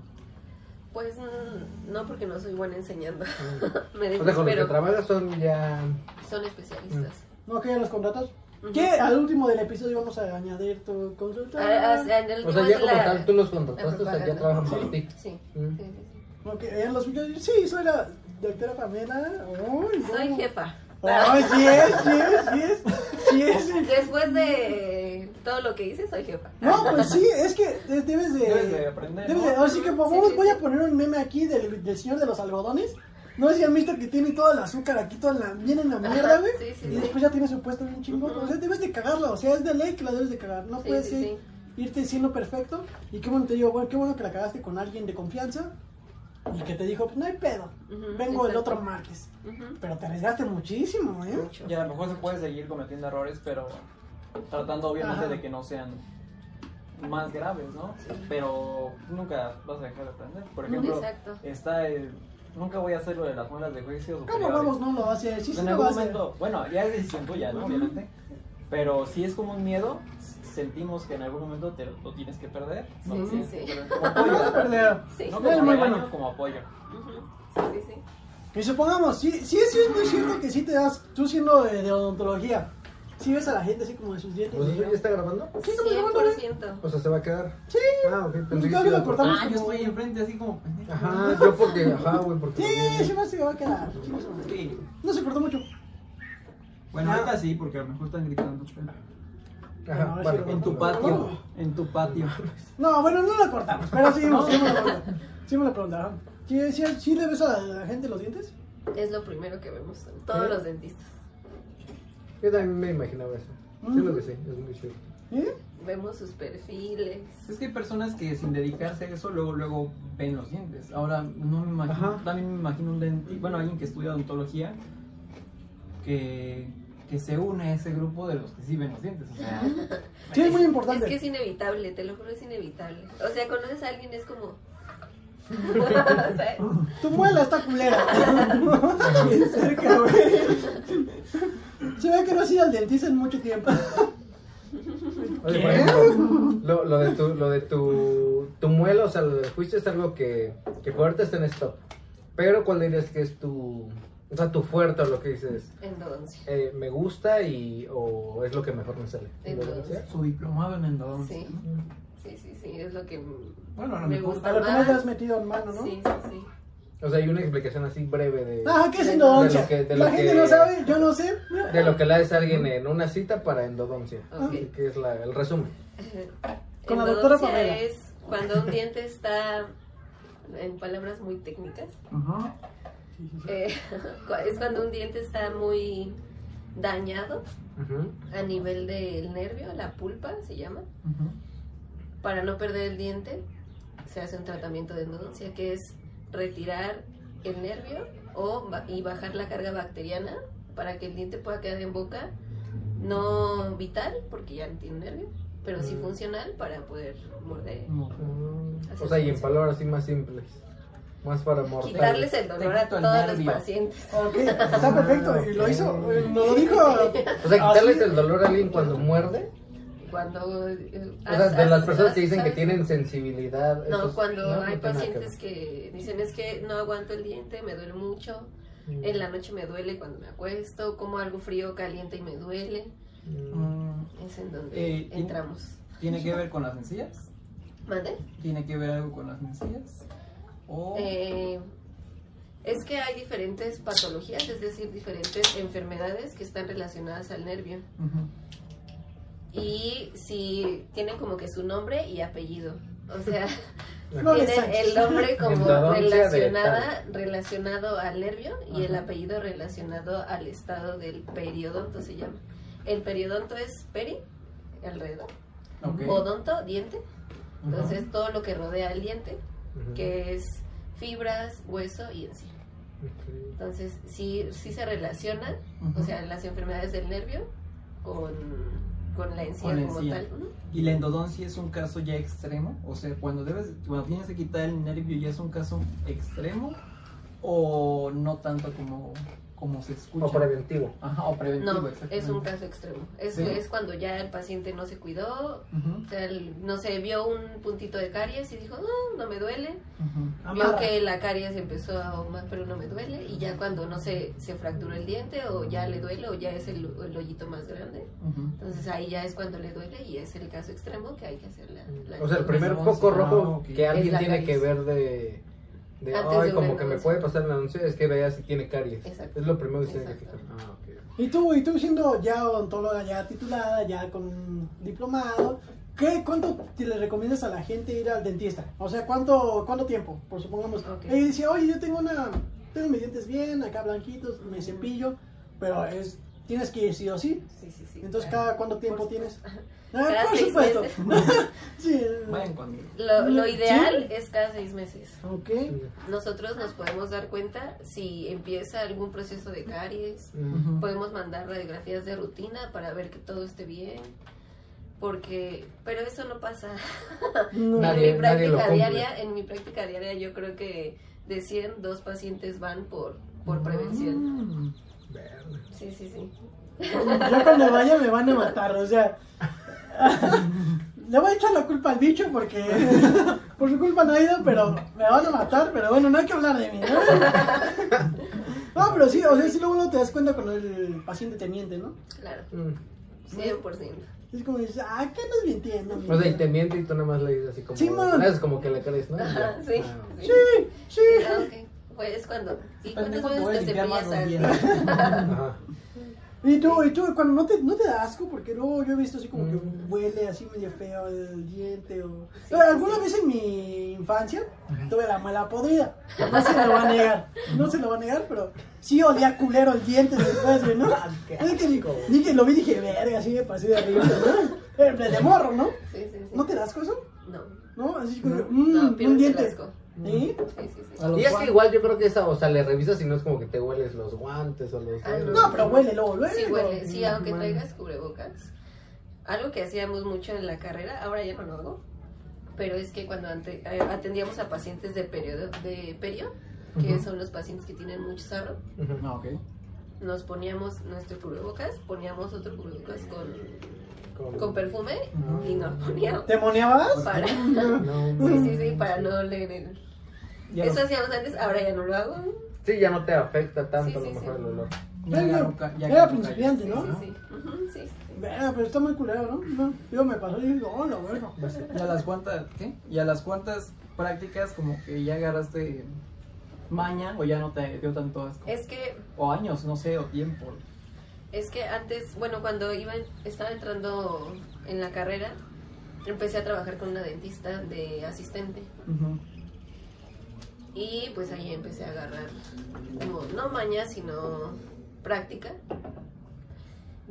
Pues mm, no, porque no soy buena enseñando. me
Mm. O sea, con los que
desespero.
trabajas son ya.
Son especialistas.
No, que ya los contratas.
Ujú.
Que al último del episodio vamos a añadir tu
Ah,
consulta.
ah, o sea, en el
Mm. O sea,
último
ya
es
como
la-
tal tú los contrataste, o sea, ya
propaganda.
trabajan para ti.
Sí.
Mm.
sí, sí, sí.
Ok, en los yo- Sí, soy la doctora Pamela. Uy,
Soy
no.
jefa. Ah,
Ay, sí es, sí es, sí es, sí es.
Después de todo lo que hice, soy jefa.
No, pues sí, es que de- debes de...
Debes de aprender,
debes
¿no?
de- así que por
Sí,
favor
sí,
voy
sí.
a poner un meme aquí del, del señor de los algodones. No sé si han visto que tiene todo el azúcar aquí, toda la, bien en la
Ajá,
mierda, güey.
sí, sí,
y
sí.
después ya tiene su puesto bien chingón. O sea, debes de cagarla, o sea, es de ley que la debes de cagar. No
Sí,
puedes
sí,
ir-
sí.
irte siendo perfecto. Y qué bueno te digo, güey, qué bueno que la cagaste con alguien de confianza. Y que te dijo, pues no hay pedo,
Ujú,
vengo el
Mm, exacto.
otro martes.
Ujú.
Pero te arriesgaste muchísimo, ¿eh?
Mucho.
Y a lo mejor se puede seguir cometiendo errores, pero tratando obviamente
Ajá.
de que no sean más graves, ¿no?
Sí.
Pero nunca vas a dejar de aprender. Por ejemplo,
Mm, Exacto.
está el. Nunca voy a hacer lo de las muelas de juicio.
¿Cómo
superiores.
vamos? No lo hace, sí, sí
en
lo
algún
va a hacer.
momento, bueno, ya es decisión tuya, ¿no? Obviamente. Pero si es como un miedo, sentimos que en algún momento te lo tienes que perder. ¿no?
Sí,
Tienes
sí.
que perder Como apoyo.
Sí.
No pues,
Es
como
muy
regaño,
bueno.
como apoyo.
Ujú. Sí, sí, sí.
Y supongamos, sí, sí, sí es muy cierto que sí te das, tú siendo de, de odontología, sí ves a la gente así como de sus dientes.
¿O sea,
y
¿Pues ¿eso
ya.
ya está grabando?
Sí, estamos grabando, ¿eh?
100%.
O sea, se va a quedar.
Sí.
Ah, ok,
Pues
pensé que
ya
sí
lo
iba a-
cortamos.
Ah, yo estoy enfrente así como pendejo.
Ajá, yo porque. Ajá, güey, porque.
Sí, sí, más se va a quedar. sí, más se va a quedar.
Sí.
No se cortó mucho.
Bueno, ahorita sí, porque a lo mejor están gritando.
Ajá,
Ahora sí
bueno,
lo
En tu
No.
patio, en tu patio.
No, bueno, no lo cortamos, pero sí, sí me lo preguntaron. Sí me lo preguntaron. ¿Sí, sí, sí le ves a la, a la gente los dientes?
Es lo primero que vemos en todos
¿Eh?
los dentistas.
Yo también me imaginaba eso. Sí, lo que sí, es muy cierto.
¿Sí?
Vemos sus perfiles.
Es que hay personas que sin dedicarse a eso luego luego ven los dientes. Ahora no me imagino,
Ajá.
también me imagino un dentista, bueno, alguien que estudia odontología que, que se une a ese grupo de los que sí ven los dientes. O sea,
Sí, es muy
Es
importante.
que es inevitable, te lo juro, es inevitable. O sea, conoces a alguien, es como. ¿Sabes?
Tu muela está culera. Bien cerca, güey. Se ve que no has ido al dentista en mucho tiempo.
Oye,
¿Qué?
por ejemplo, lo, lo de tu, lo de tu, tu muela, o sea, lo del juicio es algo que, que por ahorita está en stop. Pero, ¿cuál dirías que es tu, o sea, tu fuerte o lo que dices?
Endodoncia.
Eh, ¿Me gusta y, o es lo que mejor me sale?
Entonces.
su diplomado en endodoncia.
Sí. Sí, sí, sí, es lo que. m-
Bueno, a lo
Me
mejor
gusta.
A lo que no te has metido en mano, ¿no?
Sí, sí, sí.
O sea, hay una explicación así breve de,
Ajá, Ah, ¿qué es endodoncia?
De lo que- de
la
lo
gente
que-
no sabe, yo no sé.
de lo que le haces a alguien en una cita para endodoncia.
Ok.
Que es la- el resumen.
Con la doctora
Endodoncia
Pamela.
es cuando un diente está. En palabras muy técnicas,
Ajá.
eh, cu- es cuando un diente está muy dañado
Ujú.
a nivel del nervio, la pulpa se llama.
Ujú.
Para no perder el diente, se hace un tratamiento de endodoncia que es retirar el nervio o, ba- y bajar la carga bacteriana para que el diente pueda quedar en boca, no vital, porque ya no tiene nervio, pero sí
Mm.
funcional para poder morder.
No.
O sea, y en palabras así más simples. Más para mortales.
Quitarles el dolor a
quito el
todos los
nervio.
pacientes.
Ok, está perfecto. Y lo hizo, eh, nos lo dijo.
O sea, quitarles
Así-
el dolor a alguien cuando muerde.
Cuando. eh,
O sea,
haz-
de las
haz-
personas
haz-
que dicen que
¿sabes?
tienen sensibilidad.
No,
esos-
cuando
no, no
hay
tiene nada
pacientes
ver.
que dicen es que no aguanto el diente, me duele mucho, En la noche me duele cuando me acuesto, como algo frío, caliente y me duele.
Mm,
Es en donde
Eh, y-
entramos.
¿Tiene que ver con las encías?
¿Mande?
¿Tiene que ver algo con las encías?
Oh.
O...
Eh, es que hay diferentes patologías, es decir, diferentes enfermedades que están relacionadas al nervio.
Ujú.
Y si tienen como que su nombre y apellido. O sea,
No le
tienen
Sánchez.
el nombre como
Endodoncia de
relacionada, relacionado al nervio y el apellido relacionado al estado del periodonto se llama. El periodonto es peri, alrededor,
Ok.
odonto, diente.
Ujú.
Entonces todo lo que rodea el diente,
Ujú.
que es fibras, hueso y encía.
Ok.
Entonces, sí, sí se relaciona, o
Ujú.
sea, las enfermedades del nervio con, con la encía
Con la
como
encía.
tal. Ujú.
¿Y la endodoncia es un caso ya extremo? O sea, cuando debes, cuando tienes que quitar el nervio ya es un caso extremo o no tanto como, como se escucha.
O preventivo.
Ajá, o preventivo.
No, es
exactamente.
un caso extremo. Es,
Sí.
es cuando ya el paciente no se cuidó,
Ujú,
o sea, el- no sé, vio un puntito de caries y dijo, no, no me duele.
ujú.
Amarra.
Vio que la caries empezó a ahumar, pero no me duele. Y ya cuando, no sé, se fracturó el diente o ya le duele o ya es el, el hoyito más grande.
Ujú.
Entonces ahí ya es cuando le duele y es el caso extremo que hay que hacer la... la
O sea, el primer
Endodoncia.
foco rojo
Ah, ok.
que alguien
la
tiene que
caries.
ver de. de
Antes
Ay,
de
como
una
que me
endodoncia.
puede pasar la anuncio, es que vea si tiene caries.
Exacto.
Es lo primero que tiene que
Exacto.
fijar. Ah, ok.
Y tú, y tú siendo ya odontóloga, ya titulada, ya con un diplomado, ¿qué, ¿cuánto te le recomiendas a la gente ir al dentista? O sea, ¿cuánto, cuánto tiempo? Por supongamos.
Ok.
Y dice, oye, yo tengo una, tengo mis dientes bien, acá blanquitos, me cepillo, pero es, tienes que ir sí o sí.
Sí, sí, sí.
Entonces,
claro.
¿cada cuánto tiempo tienes? Ah,
Cada
por
seis
supuesto. sí.
Vayan conmigo.
Lo, lo
¿Sí?
ideal es cada seis meses.
Ok.
Nosotros nos podemos dar cuenta si empieza algún proceso de caries.
Mm.
Podemos mandar radiografías de rutina para ver que todo esté bien. Porque, pero eso no pasa.
No.
Nadie-
en mi
nadie lo
práctica
cumple.
diaria, en mi práctica diaria yo creo que de 100, dos pacientes van por, por prevención.
Mm.
Verde.
Sí, sí, sí.
Ya cuando vaya me van a matar, o sea. Le voy a echar la culpa al bicho porque por su culpa no ha ido, pero me van a matar, pero bueno, no hay que hablar de mí, ¿no? No, pero sí, o sea, sí luego no te das cuenta cuando el paciente te miente, ¿no?
Claro,
Mm.
100%.
Es como dices, ah, ¿qué nos mintiendo?
O sea, y te miente y tú nada más le dices así como. "Ah,
Simón.
Es como que le crees, ¿no? Y ya.
Ajá, sí.
Ah,
sí.
Sí, sí.
Ah, ok. Pues es cuando. ¿Y cuántas
Pendejo, te voy a
veces te
limpiar más
cepillas
los
al
dientes.
Ajá.
Y tú, y tú, cuando no te, no te da asco, porque luego yo he visto así como que huele así medio feo el diente o...
Mm. Sí,
Alguna
sí.
vez en mi infancia tuve la muela podrida, no se lo va a negar, no se lo va a negar, pero sí olía culero el diente después, güey, ¿no?
Ah,
Es que ni, ni que lo vi dije, verga, así me pasé de arriba, ¿no? Eh, De morro, ¿no?
Sí, sí, sí.
¿No te da asco eso?
No.
¿No? Así como,
No.
mm,
No,
un
pierdes el
diente.
asco.
¿Sí?
Sí, sí, sí.
A los
Y es
Juan.
que igual yo creo que esa, o sea, le revisas y no es como que te hueles los guantes o los.
Ah,
dedos.
No, pero huele luego, luego.
Sí, huele. Sí, aunque
Bueno.
traigas cubrebocas. Algo que hacíamos mucho en la carrera, ahora ya no lo hago, pero es que cuando ante- eh, atendíamos a pacientes de periodo, de perio, que son los pacientes que tienen mucho sarro,
Ujú.
Ah, ok.
nos poníamos nuestro cubrebocas, poníamos otro cubrebocas con,
Como-
con perfume y nos poníamos
¿Te moneabas?
para...
No,
Sí,
no.
sí, sí, para no oler el-
Ya
Eso
lo-
hacíamos antes, ahora ya no lo hago.
Sí, ya no te afecta tanto a
Sí, sí,
lo mejor
sí.
el olor.
ya
Era-
agarro ca- ya
era
agarro
principiante,
calles.
¿no?
Sí, sí, sí. Ujú, sí, sí.
Verga, pero está muy culero, ¿no? ¿no? Yo me pasó y digo, oh, la verga.
Y a las cuantas, ¿qué? Y a las cuantas prácticas como que ya agarraste maña o ya no te dio tanto asco.
Es que
O años, no sé, o tiempo.
Es que antes, bueno, cuando iba, en- estaba entrando en la carrera, empecé a trabajar con una dentista de asistente.
Ujú.
Y pues ahí empecé a agarrar, como, no maña, sino práctica.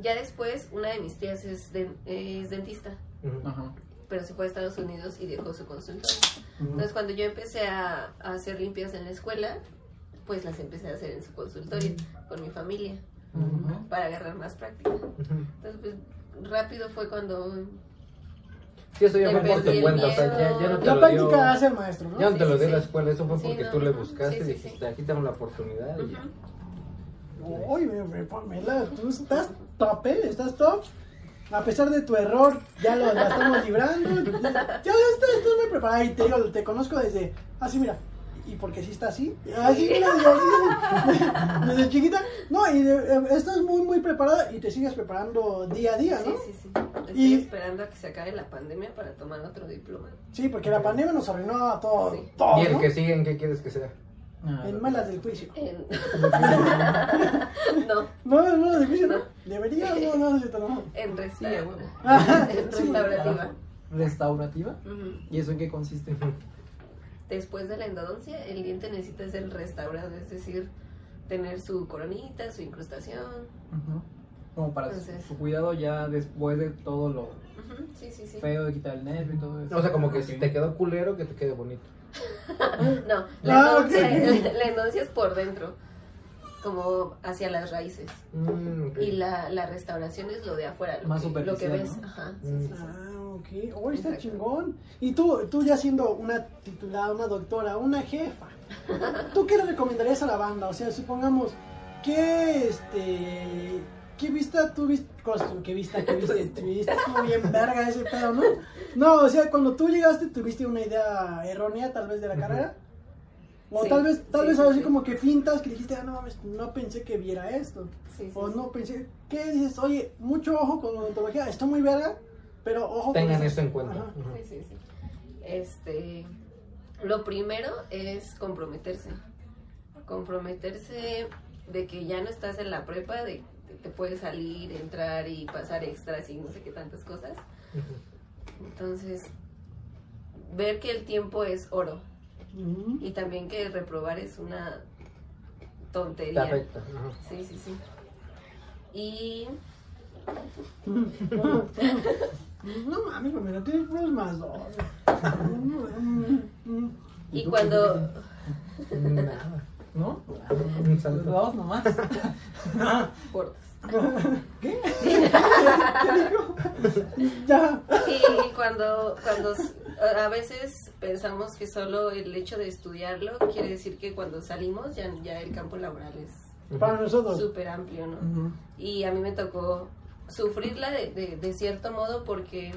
Ya después, una de mis tías es, den- es dentista,
Ujú.
Ajá.
pero se fue a Estados Unidos y dejó su consultorio. Entonces, cuando yo empecé a, a hacer limpias en la escuela, pues las empecé a hacer en su consultorio con mi familia
Ujú.
para agarrar más práctica.
Ujú.
Entonces, pues, rápido fue cuando
Sí, eso ya
Te
fue por
perdí
tu
el
cuenta, o sea, ya, ya no te
La
lo dio.
práctica hace el maestro, ¿no?
Ya no te
Sí,
lo
sí,
dio la
sí.
escuela, eso fue
Sí,
porque
no,
tú le
ajá.
buscaste
Sí,
y
sí,
dijiste,
sí.
aquí tengo la oportunidad. Y ya.
Ujú.
Uy, me, me- Pamela, tú estás top, ¿eh? Estás top. A pesar de tu error, ya lo la estamos librando. Ya, ya estás, estás muy preparada y te digo, te conozco desde. Así, ah, mira. y porque sí está así. Así me la así, desde chiquita. No, y de- eh, estás muy, muy preparada y te sigues preparando día a día,
Sí,
¿no?
sí, sí. Estoy
Y-
esperando a que se acabe la pandemia para tomar otro diploma.
Sí, porque la pandemia nos arruinó a todo.
Sí.
todo
¿Y el
¿no?
que sigue en qué quieres que sea?
Ah,
En malas del juicio.
En- no,
No, en malas del juicio, ¿no? Debería, no, no, se te lo
en, resta-
Sí, a huevo.
en restaurativa.
¿Restaurativa?
Ujú.
¿Y eso en qué consiste?
Después de la endodoncia, el diente necesita ser restaurado, es decir, tener su coronita, su incrustación.
Ujú. Como para su-
Entonces-
su cuidado ya después de todo lo
Ujú, Sí, sí, sí.
feo de quitar el nervio y todo eso.
O sea, como que si
Ok.
te quedó culero, que te quede bonito.
No,
Ah,
la
ok.
endodoncia, la- la endodoncia es por dentro, como hacia las raíces.
Mm, ok.
Y la, la restauración es lo de afuera, lo,
Más
que, lo que
superficial,
ves.
¿no?
Ajá, sí,
Mm.
sí, sí.
Ah, ok. Oh, está
Exacto.
chingón. Y tú, tú ya siendo una titulada, una doctora, una jefa, ¿tú qué le recomendarías a la banda? O sea, supongamos, ¿qué, este, qué vista tú viste? ¿Qué vista? ¿Qué viste? Tuviste como bien verga ese pedo, ¿no? No, o sea, cuando tú llegaste tuviste una idea errónea tal vez de la carrera. O
Sí,
tal vez, tal
sí,
vez
sí,
así
sí.
como que fintas que dijiste, ah, no mames, no pensé que viera esto.
Sí, sí,
O
sí.
no pensé, ¿qué dices? Oye, mucho ojo con la odontología, está muy verga, pero ojo con
Tengan
esas-
esto en cuenta.
Ajá.
Ujú.
Sí, sí, sí. Este, lo primero es comprometerse. Comprometerse de que ya no estás en la prepa, de que te puedes salir, entrar y pasar extras y no sé qué tantas cosas.
Ujú.
Entonces, ver que el tiempo es oro
Ujú.
y también que reprobar es una
Te
tontería.
afecta. ajá.
Sí, sí, sí. Y
No mames, mira, tienes puros más dos.
Y
tú,
cuando-
qué dices?
Nada.
¿No?
Un
Los
salto.
Pues, Dos nomás.
cortos.
ya.
Y cuando, cuando s- a a veces pensamos que solo el hecho de estudiarlo quiere decir que cuando salimos ya, ya el campo laboral es
Para nosotros.
súper amplio, ¿no?
Ujú.
Y a mí me tocó sufrirla de, de- de cierto modo porque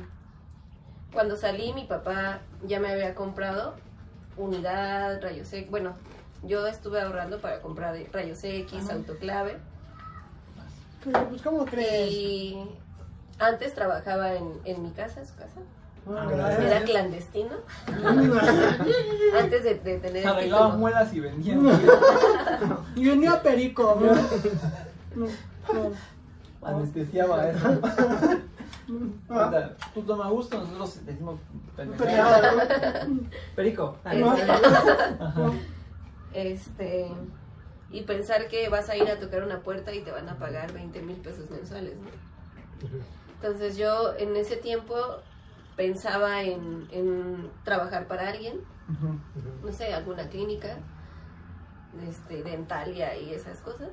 cuando salí mi papá ya me había comprado unidad, rayos X, bueno, yo estuve ahorrando para comprar de- rayos X,
Ajá.
autoclave.
Pero, Pues, ¿cómo crees?
Y antes trabajaba en, en mi casa, en su casa.
Ah,
Era
gracias.
clandestino. Antes de, de tener el
Arreglaba
título.
muelas y vendiendo.
Y venía perico, ¿no? No, no.
Anestesiaba eso.
Ah,
Ahorita, Tú toma gusto, nosotros decimos pendejadas.
peleaba, ¿no?
Perico.
Este,
No.
Ajá.
Este, y pensar que vas a ir a tocar una puerta y te van a pagar 20 mil pesos mensuales, ¿no? Entonces yo en ese tiempo pensaba en, en trabajar para alguien,
Ujú.
no sé, alguna clínica, este, dentalia y esas cosas.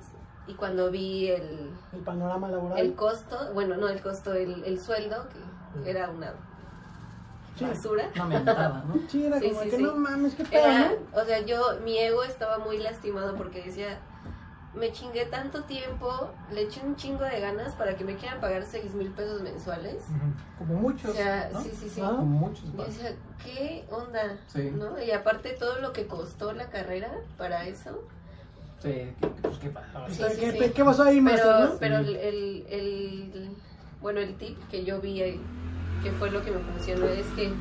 Y cuando vi el,
El panorama laboral.
el costo, bueno, no el costo, el, el sueldo, que era una
Sí.
basura.
Una mentada, ¿no?
Sí, era
Sí,
como
sí,
que
sí.
no mames, qué pedo,
Era,
¿no?
o sea, yo, mi ego estaba muy lastimado porque decía, me chingué tanto tiempo, le eché un chingo de ganas para que me quieran pagar seis mil pesos mensuales.
Ujú. Como muchos.
O sea,
¿no? Ah,
sí, sí, sí.
Como muchos.
Yo decía, ¿qué onda?
Sí.
¿No? Y aparte todo lo que costó la carrera para eso.
Sí, que- que- pues qué pasa.
Sí,
Pero,
sí,
¿qué,
sí.
pe- qué pasó ahí, maestro,
Pero,
no?
pero el, el, el- bueno, el tip que yo vi ahí, que fue lo que me funcionó, es que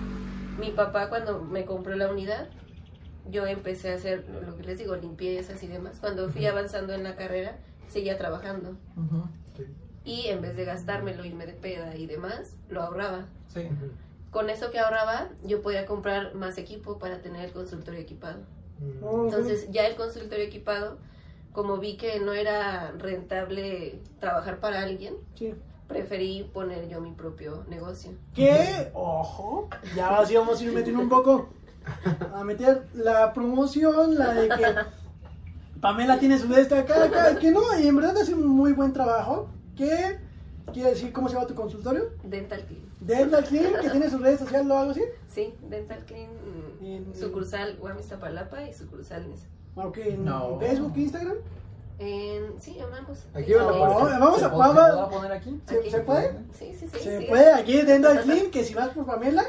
mi papá cuando me compró la unidad, yo empecé a hacer lo que les digo, limpiezas y demás. Cuando fui avanzando en la carrera, seguía trabajando.
Ujú.
Y en vez de gastármelo y me de peda y demás, lo ahorraba.
Sí.
Ujú.
Con eso que ahorraba, yo podía comprar más equipo para tener el consultorio equipado.
Mm.
Oh,
Entonces, ya el consultorio equipado, como vi que no era rentable trabajar para alguien,
sí.
preferí poner yo mi propio negocio.
¿Qué? Ojo. Ya ahora sí vamos a ir metiendo un poco. A meter la promoción, la de que Pamela tiene su de esta acá, acá, que no, y en verdad hace un muy buen trabajo. ¿Qué? ¿Quiere decir cómo se llama tu consultorio?
Dental Clean.
Dental Clinic, que tiene sus redes sociales o algo así.
Sí, Dental Clean. mm,
En-
Sucursal Guamistapalapa y sucursal Nesa.
Ok, en
No.
Facebook, Instagram.
En, sí, en ambos.
Aquí va la
Sí,
puerta.
No, eh, vamos
¿Se
a
po-
Cuava.
¿Se podrá poner aquí?
¿Se, se puede?
Sí, sí, sí.
Se
sí.
puede, aquí dentro del film, que si vas por Pamela,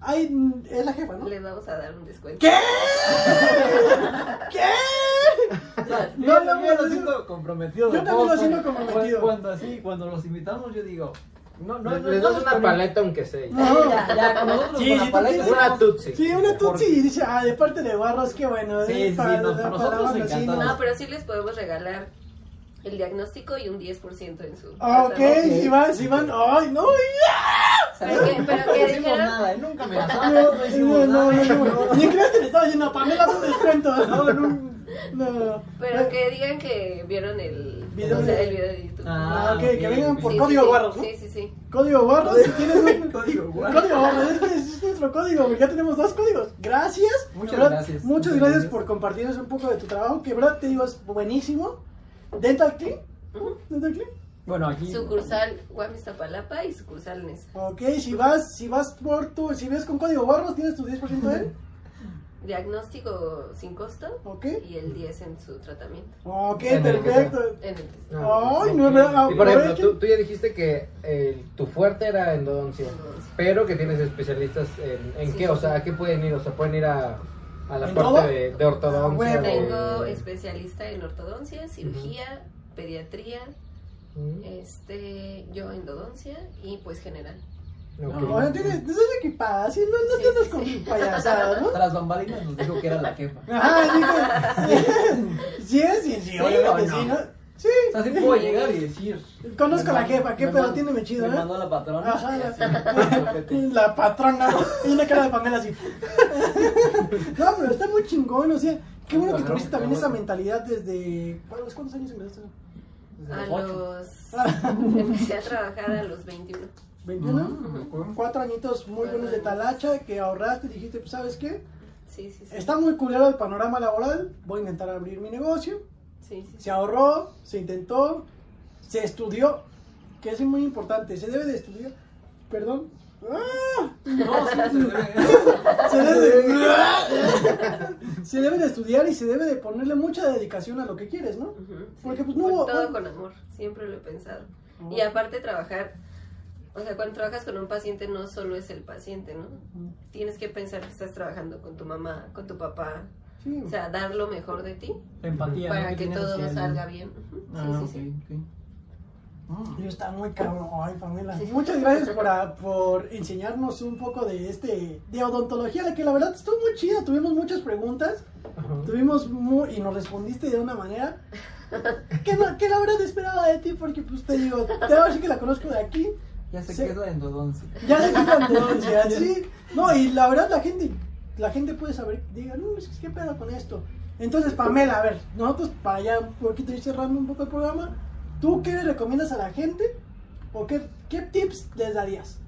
ahí mm, es la jefa, ¿no?
Les vamos a dar un descuento.
¿Qué? ¿Qué?
Yo
No,
también
no,
lo
no,
siento comprometido.
Yo también lo siento
Cuando-
comprometido.
Cuando así, cuando los invitamos, yo digo, no, no,
Les,
no.
les
no
das
nos
una
ponemos-
paleta aunque sea.
No.
Ya, ya, con nosotros
Sí,
con
sí,
la paleta.
sí,
Una tutsi.
Sí, una
Por-
tutsi y dice, ah, de parte de Barros, qué bueno.
Sí,
eh,
sí,
para-
no,
para
nosotros
la banda, sí,
encantados.
no.
No, pero sí les podemos regalar el diagnóstico y un 10% en su.
Ah, Ok, si van, si van, ay, no,
Pero que, pero que
No hicimos
dijeran-
nada, ¿eh? Nunca me
No,
asaron,
Ah, no,
no hicimos
no,
nada.
no, no. Ni creas que le estaba diciendo a Pamela tu descuento. No, no. No.
pero que digan que vieron el
Video
o sea,
de-
el video de YouTube.
Ah,
Ah, ok, que
ok,
vengan
ok.
por
Sí,
código
sí, sí.
barros, ¿no?
Sí, sí, sí.
Código barros, si tienes un
Código guarda.
código barros, es que es nuestro código, ya tenemos dos códigos. Gracias.
Muchas
de verdad,
gracias.
Muchas
Muchas
gracias
gracias.
por compartirnos un poco de tu trabajo, que verdad te digo es buenísimo. Dental Clean.
Ujú.
Dental Clean.
Bueno, aquí.
Sucursal Guam Iztapalapa y sucursal Nesa.
Ok, si vas, si vas por tu, si ves con código barros, tienes tu 10% de él.
Diagnóstico sin costo
Ok.
y el 10 en su tratamiento.
Ok,
En el que
perfecto.
En el
No.
Ay, no, no,
Ah. Y por ejemplo,
aprovechen.
tú, tú ya dijiste que eh, tu fuerte era endodoncia,
Endodoncia.
pero que tienes especialistas en, en
Sí.
qué, o sea, ¿a qué pueden ir? O sea, pueden ir a, a la
¿En todo?
parte de, de
Ah,
ortodoncia.
bueno.
de-
Tengo especialista en ortodoncia, cirugía, pediatría,
Mm,
este, yo endodoncia y pues general.
ok.
No,
Ahora tienes, no estás equipada, si no, no
Sí,
te andas
sí,
con
sí.
payasadas, ¿no?
Tras bambalinas nos dijo que era la jefa.
Ajá, dije, pues, sí es, sí, sí,
¿Sí
obviamente
o no?
sí, ¿no? Sí.
O sea, sí puedo llegar y decir.
Conozco
me
a la
man-
jefa, qué
me
pedo
man-
tiene, me chido,
Me
¿eh?
mandó la patrona.
Ajá,
y
la-
así, el ojete.
La patrona, y una cara de Pamela así. No, pero está muy chingón, o sea, qué bueno que
Ajá,
tuviste
qué
también
bueno.
esa mentalidad desde... ¿cuántos- ¿Cuántos años empezaste?
A
Desde Pues, los ocho.
los... Empecé a trabajar a los 21.
¿21?
Ujú, ujú.
Cuatro añitos muy buenos de talacha que ahorraste y dijiste, pues, ¿sabes qué?
Sí, sí, sí.
Está muy culero el panorama laboral, voy a intentar abrir mi negocio,
Sí, sí, sí.
se ahorró, se intentó, se estudió, que es muy importante, se debe de estudiar, perdón, ¡Ah!
No, sí, se ve.
se, debe de, se debe de estudiar y se debe de ponerle mucha dedicación a lo que quieres, ¿no?
Ujú, sí.
Porque, pues, no
Con
hubo-
Todo con amor, siempre lo he pensado.
Oh.
Y aparte trabajar, o sea, cuando trabajas con un paciente no solo es el paciente, ¿no? Tienes que pensar que estás trabajando con tu mamá, con tu papá,
Sí.
o sea, dar lo mejor de ti
Empatía. ¿no?
para que
tiene
todo
social.
salga bien. Ujú,
Ah,
sí,
ok,
sí, sí.
ok. Mm.
Yo está muy cabrón, ay Pamela. Muchas gracias por, a- por enseñarnos un poco de este de odontología, la que la verdad estuvo muy chida, tuvimos muchas preguntas,
Ajá.
tuvimos mu- y nos respondiste de una manera que no, que la verdad esperaba de ti porque pues te digo, te ahora sí que la conozco de aquí,
Ya sé
Sí.
que es la endodoncia.
ya le di la tendencia, sí. No, y la verdad la gente, la gente puede saber, diga, no, es que qué pedo con esto. Entonces, Pamela, a ver, nosotros para ya un poquito ir cerrando un poco el programa, ¿tú qué le recomiendas a la gente? ¿O qué, qué tips les darías?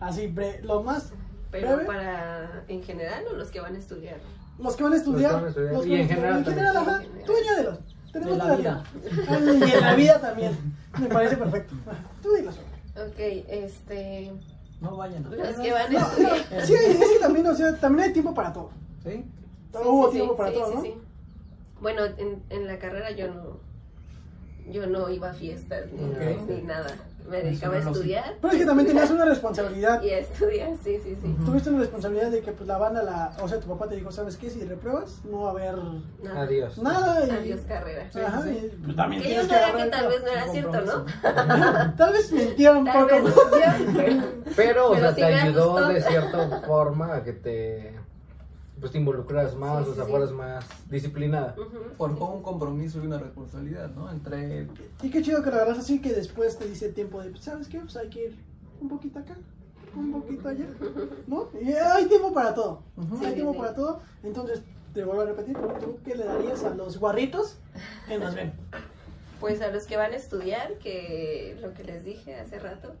Así, bre- lo más,
Pero
Breve.
para, en general, o los que van a estudiar.
los que van a estudiar,
Los que van a estudiar.
los que
Y
van a
en general
estudiar, en general,
también.
ajá, tú añádelos. Tenemos
De la
todavía. Ah, Y en la vida también, me parece perfecto. Tú dilos.
Ok, este,
pues, No vayan. a-
los que van a estudiar.
Sí, es que también, o sea, también hay tiempo para todo.
¿Sí?
Sí,
Hubo
sí, sí,
tiempo para
sí,
todo,
sí,
¿no?
sí. Bueno, en, en la carrera yo no yo no iba a fiestas ni,
Ok.
ni nada. Me dedicaba a
no lo sé.
estudiar
Pero es que también tenías una responsabilidad.
y a estudiar, sí, sí, sí.
Tuviste una responsabilidad de que pues la banda, la, o sea, tu papá te dijo, ¿sabes qué? Si repruebas, no va a haber
Nada.
Adiós.
nada. Y,
Adiós carrera.
Ajá,
Sí, sí,
y- pues, también
Que yo
tienes
sabía
agarrar
que tal
el-
vez no era
Sin
cierto, ¿no?
compromiso.
Tal vez mentieron un
Tal
poco.
vez no, pero-
Pero, o
Pero
sea,
sí
te
me
ayudó
gustó.
de cierta forma a que te, pues, te involucras más,
Sí,
o
sí,
sea,
sí.
fueras más disciplinada.
Ujú.
Forjó un compromiso y una responsabilidad, ¿no? Entre
Y qué chido que lo agarras así que después te dice tiempo de, pues, ¿sabes qué? Pues hay que ir un poquito acá, un poquito allá, ¿no? Y hay tiempo para todo.
Ujú.
Hay
Sí,
tiempo
sí.
para todo. Entonces, te vuelvo a repetir, ¿tú qué le darías a los guarritos que nos ven?
Pues a los que van a estudiar, que lo que les dije hace rato,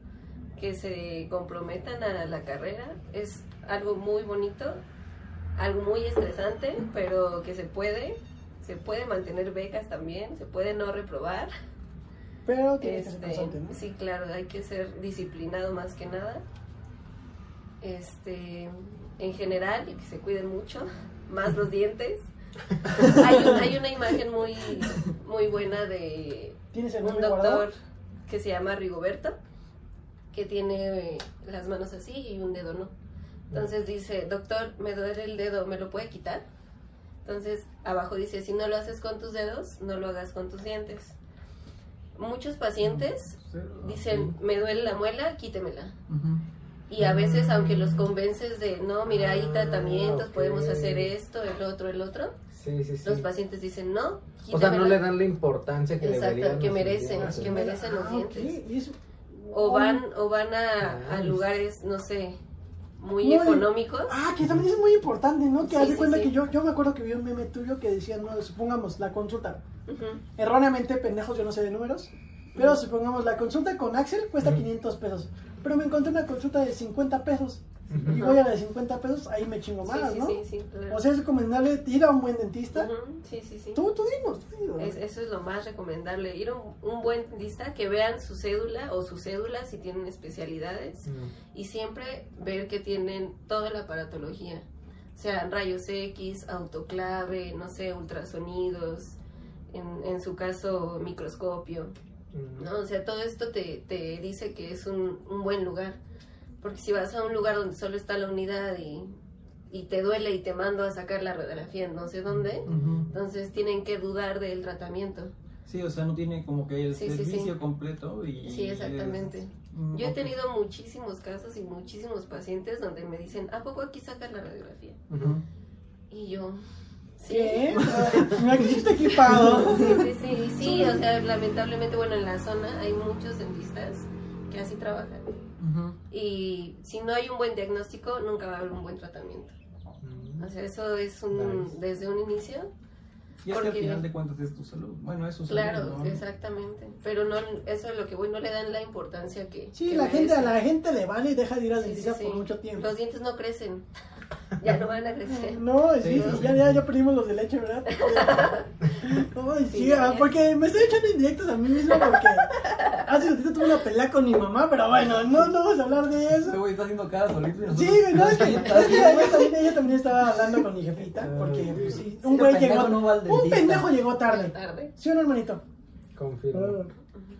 que se comprometan a la carrera, es algo muy bonito, algo muy estresante, pero que se puede, se puede mantener becas también, se puede no reprobar.
Pero tienes que
Este,
ser constante, ¿no?
Sí, claro, hay que ser disciplinado más que nada. Este, en general, que se cuiden mucho, más los dientes. Hay, un- hay una imagen muy, muy buena de
¿Tienes el
un
nombre guardado?
doctor que se llama Rigoberto, que tiene eh, las manos así y un dedo no. Entonces dice, doctor, me duele el dedo, ¿me lo puede quitar? Entonces abajo dice, si no lo haces con tus dedos, no lo hagas con tus dientes. Muchos pacientes
pues,
dicen, me duele la muela, quítemela.
Ujú.
Y a veces, aunque los convences de, no, mira, hay tratamientos,
Mm. Ah, ok.
podemos hacer esto, el otro, el otro,
Sí, sí, sí.
los pacientes dicen, no,
O sea, no
quítamela".
le dan la importancia que
Exacto,
deberían.
que
los
merecen,
indígenas.
que merecen los
Ah, ok,
dientes.
y eso- Oh.
O van, o van a, a
Nice.
lugares, no sé, muy
Ah. Muy-
económicos.
Ah, que también es muy importante, ¿no? Que
Sí,
haz de
sí,
cuenta
sí.
que yo, yo me acuerdo que vi un meme tuyo que decía, no, supongamos, la consulta.
Ujú.
Erróneamente, pendejos, yo no sé de números. Pero supongamos, la consulta con Axel cuesta 500 pesos. Pero me encontré una consulta de 50 pesos. Y voy a la de 50 pesos, ahí me chingo
Sí,
malas,
sí,
¿no?
sí, sí, claro.
O sea, es recomendable ir a un buen dentista.
Ujú, sí, sí, sí.
Tú, tú dinos, tú dinos.
Es- eso es lo más recomendable, ir a un, un buen dentista, que vean su cédula o su cédula si tienen especialidades
Mm,
y siempre ver que tienen toda la aparatología, o sea, rayos X, autoclave, no sé, ultrasonidos, en, en su caso microscopio,
mm.
¿no? O sea, todo esto te, te dice que es un, un buen lugar. Porque si vas a un lugar donde solo está la unidad y, y te duele y te mando a sacar la radiografía en no sé dónde,
Ujú.
entonces tienen que dudar del tratamiento.
Sí, o sea, no tiene como que el
Sí, sí,
servicio
sí.
completo y...
Sí, exactamente.
Mm,
Yo he
ok.
tenido muchísimos casos y muchísimos pacientes donde me dicen, ¿a poco aquí sacas la radiografía?
Ujú.
Y yo, sí.
¿Qué? Mira que sí está equipado.
Sí, sí, sí, y sí, o sea, lamentablemente, bueno, en la zona hay muchos dentistas que así trabajan.
Ujú.
Y si no hay un buen diagnóstico, nunca va a haber un buen tratamiento.
mm,
O sea, eso es un,
Nice.
desde un inicio.
Y es que al
Porque-
final de cuentas es tu salud. Bueno,
Pues,
es tu salud,
Claro,
¿no?
exactamente. Pero no, eso es lo que voy, no le dan la importancia que.
Sí,
que
la gente, a
merece.
la gente le vale y deja de ir al
Sí, sí,
dentista
sí.
por mucho tiempo.
Los dientes no crecen. ya no van a crecer.
No, sí,
Sí,
ya, ya, ya perdimos los de leche, ¿verdad? Ay, sí,
Sí,
ah,
ya.
porque me estoy echando indirectos a mí mismo porque hace ratito tuve una pelea con mi mamá, pero bueno, no, no vamos a hablar de
Este
eso.
güey está haciendo cara solito y
Sí,
nosotros-
güey, no, es que, es que ella, también, ella también estaba hablando con mi jefita, porque pues, sí, un
Ese
güey
Ah. pendejo
llegó,
no va al
un
dentista.
pendejo llegó tarde.
Tarde.
¿Sí o no, hermanito? Ah.
Confirmo.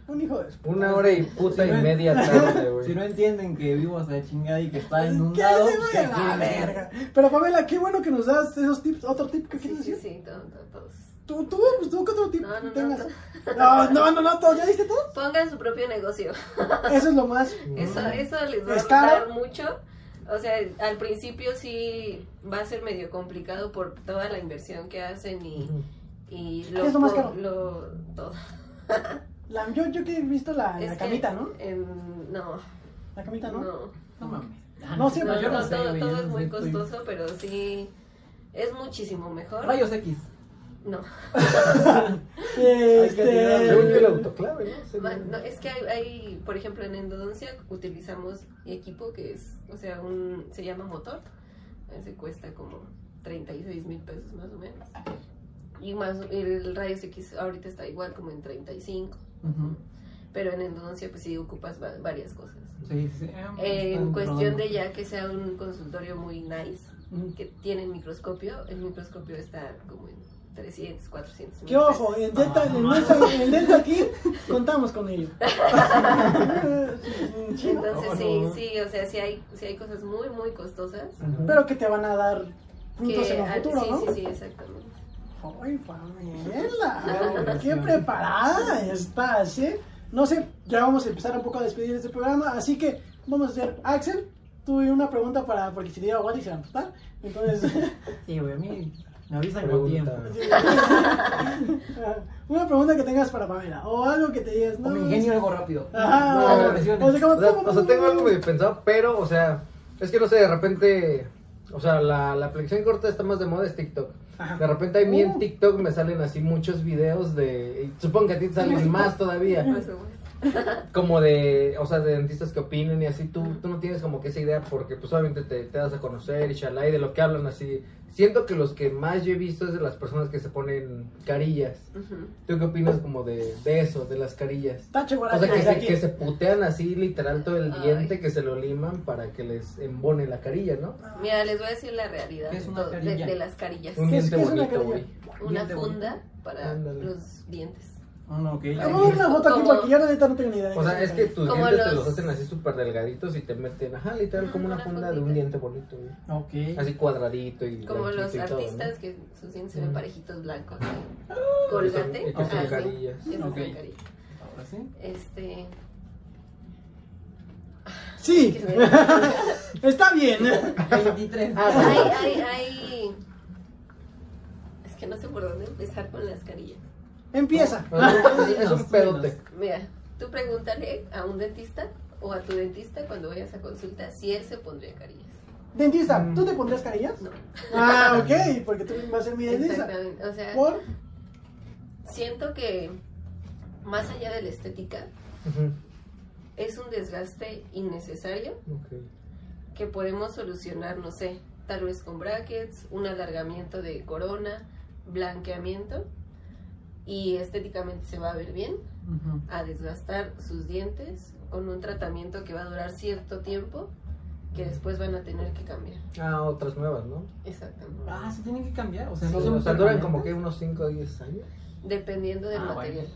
Un hijo de...
Una hora y puta
Si
y
no-
media tarde,
Si no
güey.
entienden que vivo hasta la chingada y que está
¿Qué
inundado,
se vaya a la verga? Pero Pamela, qué bueno que nos das esos tips, otro tip que
Sí,
quieres
sí,
decir.
sí, todo, todo, todos.
Tú, tú, pues tú, ¿qué otro tip
No, no, no,
tengas? No, no, no, no, todo, ¿ya diste todo?
Pongan su propio negocio.
Eso es lo más.
Eso, eso les va
¿Es
a
caro?
dar mucho. O sea, al principio sí va a ser medio complicado por toda la inversión que hacen y, y
¿Qué es lo más
co-
caro?
lo- todo.
La, yo, yo que he visto la,
Es
la
que,
camita, ¿no?
em, no,
La camita, ¿no? Ah,
no.
No mames.
No, sí,
No,
yo
no,
sé,
todo,
güey,
todo
yo
es
no
muy
sé, estoy-
costoso, pero sí es muchísimo mejor.
Rayos X.
No,
Eh,
Hay que tirarle.
Según yo, el
este,
autoclave, ¿no? Se-
ma- no, es que hay, hay, por ejemplo, en endodoncia utilizamos equipo que es, o sea, un, se llama motor, se cuesta como 36 mil pesos más o menos. Y más el rayos X ahorita está igual como en 35,
Ujú.
pero en endodoncia pues sí ocupas va- varias cosas.
Sí, sí.
En
eh, están
cuestión de
probando.
ya que sea un consultorio muy nice,
Ujú.
que tienen microscopio, el microscopio está como en 300, 400 mil
Que ojo,
pesos.
en Delta, en Delta, en Delta aquí contamos con ello. Sí, ¿no?
Entonces
Ah,
sí,
no.
sí, o sea, sí hay, sí hay cosas muy, muy costosas.
Ujú.
Pero que te van a dar puntos
que
en el
al-
futuro,
sí,
¿no?
sí, sí, exactamente.
Ay, Pamela,
Claro,
qué
sí.
preparada estás, ¿eh? No sé, ya vamos a empezar un poco a despedir este programa, así que vamos a hacer, Axel, tuve una pregunta para, porque si te digo a Wally se va a asustar, entonces,
Sí, güey, a mí me avisan con tiempo.
Pregunta.
una pregunta que tengas para Pamela, o algo que te digas,
O
no, Ah,
me ingenio algo rápido.
Ajá,
No,
o-
no, presiones.
o sea, como,
O sea,
¿cómo,
o sea,
cómo,
tengo
cómo?
algo medio pensado, pero, o sea, es que no sé, de repente, o sea, la, la aplicación corta está más de moda es TikTok.
Ajá.
De repente a mí
Uh.
en TikTok me salen así muchos videos de, y supongo que a ti te salen más todavía.
Por supuesto.
como de, o sea, de dentistas que opinen y así, tú, tú no tienes como que esa idea porque pues obviamente te, te das a conocer y shalá y de lo que hablan así. Siento que los que más yo he visto es de las personas que se ponen carillas.
Ujú.
¿Tú qué opinas como de, de eso, de las carillas?
Tache
O sea, que
guaracha.
se, que se putean así literal todo el
Ay.
diente, que se lo liman para que les embone la carilla, ¿no?
Mira, les voy a decir la realidad
¿Qué es
de,
una
todo- de-
carilla?
de las carillas.
Un
¿Qué es-
diente
qué es una
bonito,
carilla?
güey.
Una
Diente bonito.
funda para
Ándale.
los dientes.
Ah, no, ok.
Le voy a dar una foto aquí
Como-
porque yo la neta no tengo ni idea. de
O sea,
qué
es que
es.
tus
Como
dientes te
los-
los hacen así súper delgaditos y te meten, ajá, literal,
Ajá,
como una
una
funda de un
fundita.
diente bonito, güey.
Ok.
Así cuadradito y
Como
blanquito
los
y todo, ¿no?
artistas que sus dientes se ven
Ujú.
parejitos blancos. ¿no?
Que son-
Colgate.
que son
ah, sí.
carillas.
Esas son
Ok.
carillas.
Ahora sí.
Este.
Sí,
¿qué se ve?
está bien.
23.
Ah,
Hay, hay, hay. Es que no sé por dónde empezar con las carillas.
Empieza.
Ah, Es un
Más o
pedote.
Mira, tú pregúntale a un dentista o a tu dentista cuando vayas a consulta si él se pondría carillas.
Dentista, ¿tú te pondrías carillas?
No.
Ah, ok, porque tú vas a ser mi dentista.
Exactamente. O sea,
Por
siento que más allá de la estética,
Ujú,
es un desgaste innecesario
ok.
que podemos solucionar, no sé, tal vez con brackets, un alargamiento de corona, blanqueamiento y estéticamente se va a ver bien,
Ujú.
a desgastar sus dientes con un tratamiento que va a durar cierto tiempo que después van a tener que cambiar.
Ah, otras nuevas, ¿no?
Exactamente.
Ah, se tienen que cambiar. O sea, no
O
son
sea, duran como que unos 5 o 10 años.
Dependiendo del
Ah, bueno.
material,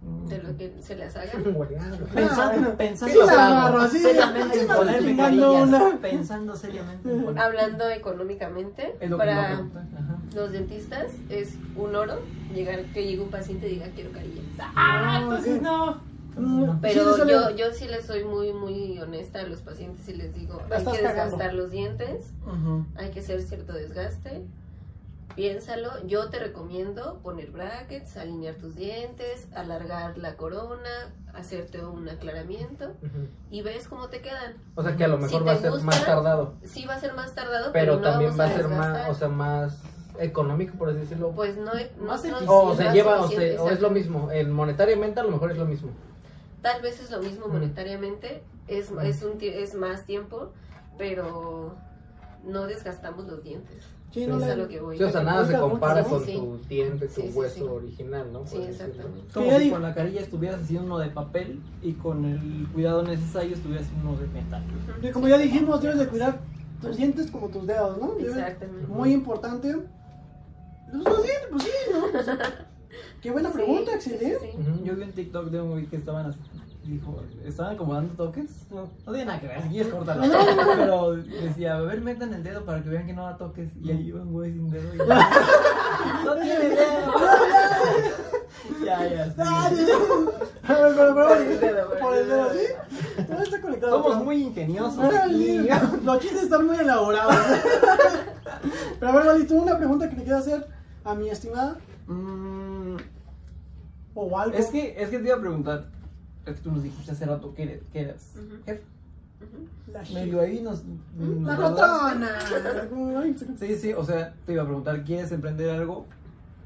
Mm.
de lo que se las haga.
Guardado.
Pensando,
Ah,
pensando,
sí la
Claro.
agarro, sí,
seriamente
sí
en
me
ponerme
estoy chingando
carillas.
una.
Pensando seriamente en ponerme-
Hablando económicamente,
Es lo que me
Ah, para
preguntan, ajá.
los dentistas es un oro llegar que llegue un paciente y diga quiero carillas.
Ah, entonces no.
Mm,
Entonces no.
Pero
sí, sí,
yo,
sí.
yo sí les soy muy, muy honesta a los pacientes y les digo,
La
hay
estás
que
cagando.
desgastar los dientes,
Ujú.
hay que hacer cierto desgaste. Piénsalo, yo te recomiendo poner brackets, alinear tus dientes, alargar la corona, hacerte un aclaramiento
Ujú.
y ves cómo te quedan.
O sea, que a lo
Si
mejor
te
va a ser
gusta,
más tardado.
Sí va a ser más tardado, pero,
Pero
no
también
vamos
va
a
a ser más,
desgastar.
o sea, más económico, por así decirlo.
pues no, es- no,
Más
no-
eficiente.
O se
más
lleva, o,
eficiente,
se- o es lo
exacto.
mismo. En monetariamente a lo mejor es lo mismo.
Tal vez es lo mismo
Mm.
monetariamente, es,
Mm.
es, un, tie- es más tiempo, pero no desgastamos los dientes.
Sí,
Eso
no
es
le-
a lo que voy.
Sí, o sea, nada se
Oiga,
compara
sí,
con
sí.
tu diente, tu
Sí, sí,
hueso
sí.
original, ¿no?
Sí,
Por decirlo.
exactamente.
Como
Sí,
si
Eddie.
con la carilla estuvieras haciendo uno de papel y con el cuidado necesario estuvieras haciendo uno de metal.
Y como ya dijimos, debes de cuidar tus dientes como tus dedos, ¿no? Debes-
Exactamente.
Muy importante. Pues los dientes, pues sí, ¿no? O sea, Qué buena pregunta, ¿eh?
Sí,
excelente.
sí, sí.
Ujú.
Mm, Yo vi un TikTok de un güey que estaban así, dijo, estaban como dando toques. No, no tiene nada que ver, si quieres cortarlo. Pero decía, a ver, metan el dedo para que vean que no da toques. Y ahí iba un güey sin dedo. Y no tiene dedo. ya, ya.
Ah,
sí.
sí, sí. A ver, pero, pero,
Por el dedo,
por el dedo, ¿sí? Todo está conectado.
Somos
pero-
muy ingeniosos.
Órale,
aquí.
Los chistes están muy elaborados. Pero a ver, Lali, tengo una pregunta que le quiero hacer a mi estimada
Mm,
o algo.
es, que, es que te iba a preguntar, es que tú nos dijiste hace rato que eres, que eras
Ujú.
jefe.
Ujú.
La,
Medio ahí nos... nos
la
graduaste.
patrona. Ay, pues,
Sí, sí, o sea, te iba a preguntar, ¿quieres emprender algo?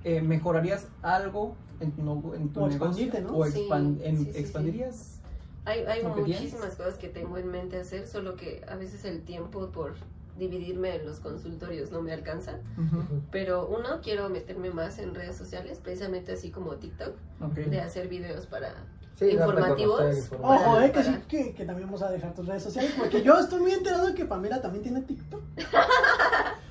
Eh, ¿Mejorarías algo en tu, no- en tu
O
negocio?
expandirte, ¿no?
¿O
Pues,
Sí,
expan- en-
sí, sí, sí.
expandirías?
Hay, hay
¿Lo que tienes?
muchísimas cosas que tengo en mente hacer, solo que a veces el tiempo por dividirme en los consultorios no me alcanza.
Ujú,
Pero uno, quiero meterme más en redes sociales, precisamente así como TikTok,
ok.
de hacer videos para
Sí, darte a
informativos.
conocer, informar.
Ojo, eh, que sí, que, que también vamos a dejar tus redes sociales, porque yo estoy muy enterado que Pamela también tiene TikTok.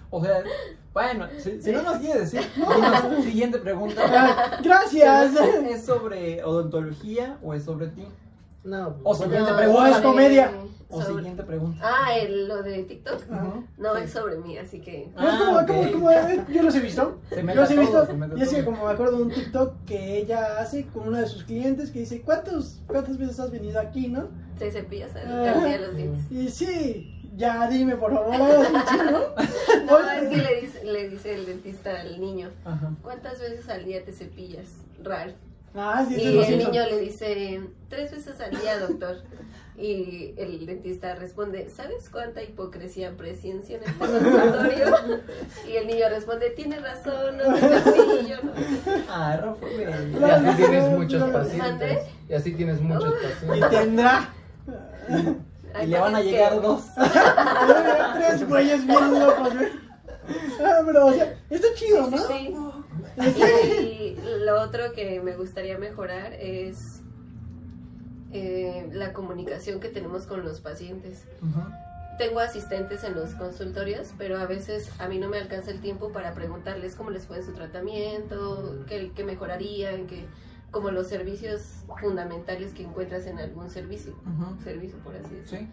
O sea, bueno, si, si no nos quieres decir, dinos, siguiente pregunta.
Ah, Gracias.
¿Es sobre odontología o es sobre ti?
No,
O
bueno,
siguiente
No,
pregunta.
O es comedia.
O
sobre-
siguiente pregunta.
Ah, el- lo de TikTok.
Ujú.
No, es sobre mí, así que.
Ah,
¿Cómo-
ok.
cómo- cómo- eh, yo los he visto.
Se
Yo
mete
los he
todo,
visto.
se mete
Y es que
todo.
como me acuerdo de un TikTok que ella hace con una de sus clientes que dice, ¿cuántos, cuántas veces has venido aquí, no?
Se cepillas al
Ah.
al día los dientes.
Y sí, ya dime por favor, ¿sí, no?
No, es que le dice, le dice el dentista al niño,
Ajá.
¿cuántas veces al día te cepillas, Ralph?
Ah, sí,
Y
sí, lo
el
siento.
niño le dice, tres veces al día, doctor. Y el dentista responde, ¿sabes cuánta hipocresía presencia en este laboratorio? Y el niño responde, tiene razón, no es así, yo no.
Ah, Rafa, güey.
Y así tienes muchos
¿Mande?
pacientes. Y así tienes muchos
Y
pacientes.
tendrá. Y
Hay
le van a
veces que-
llegar dos.
Tres güeyes bien locos, güey. Ah, pero, o sea, está chido, ¿no?
Sí. Y lo otro que me gustaría mejorar es eh, la comunicación que tenemos con los pacientes. Tengo asistentes en los consultorios, pero a veces a mí no me alcanza el tiempo para preguntarles cómo les fue en su tratamiento, qué, qué mejorarían, qué, como los servicios fundamentales que encuentras en algún servicio,
Ujú.
servicio por así decirlo.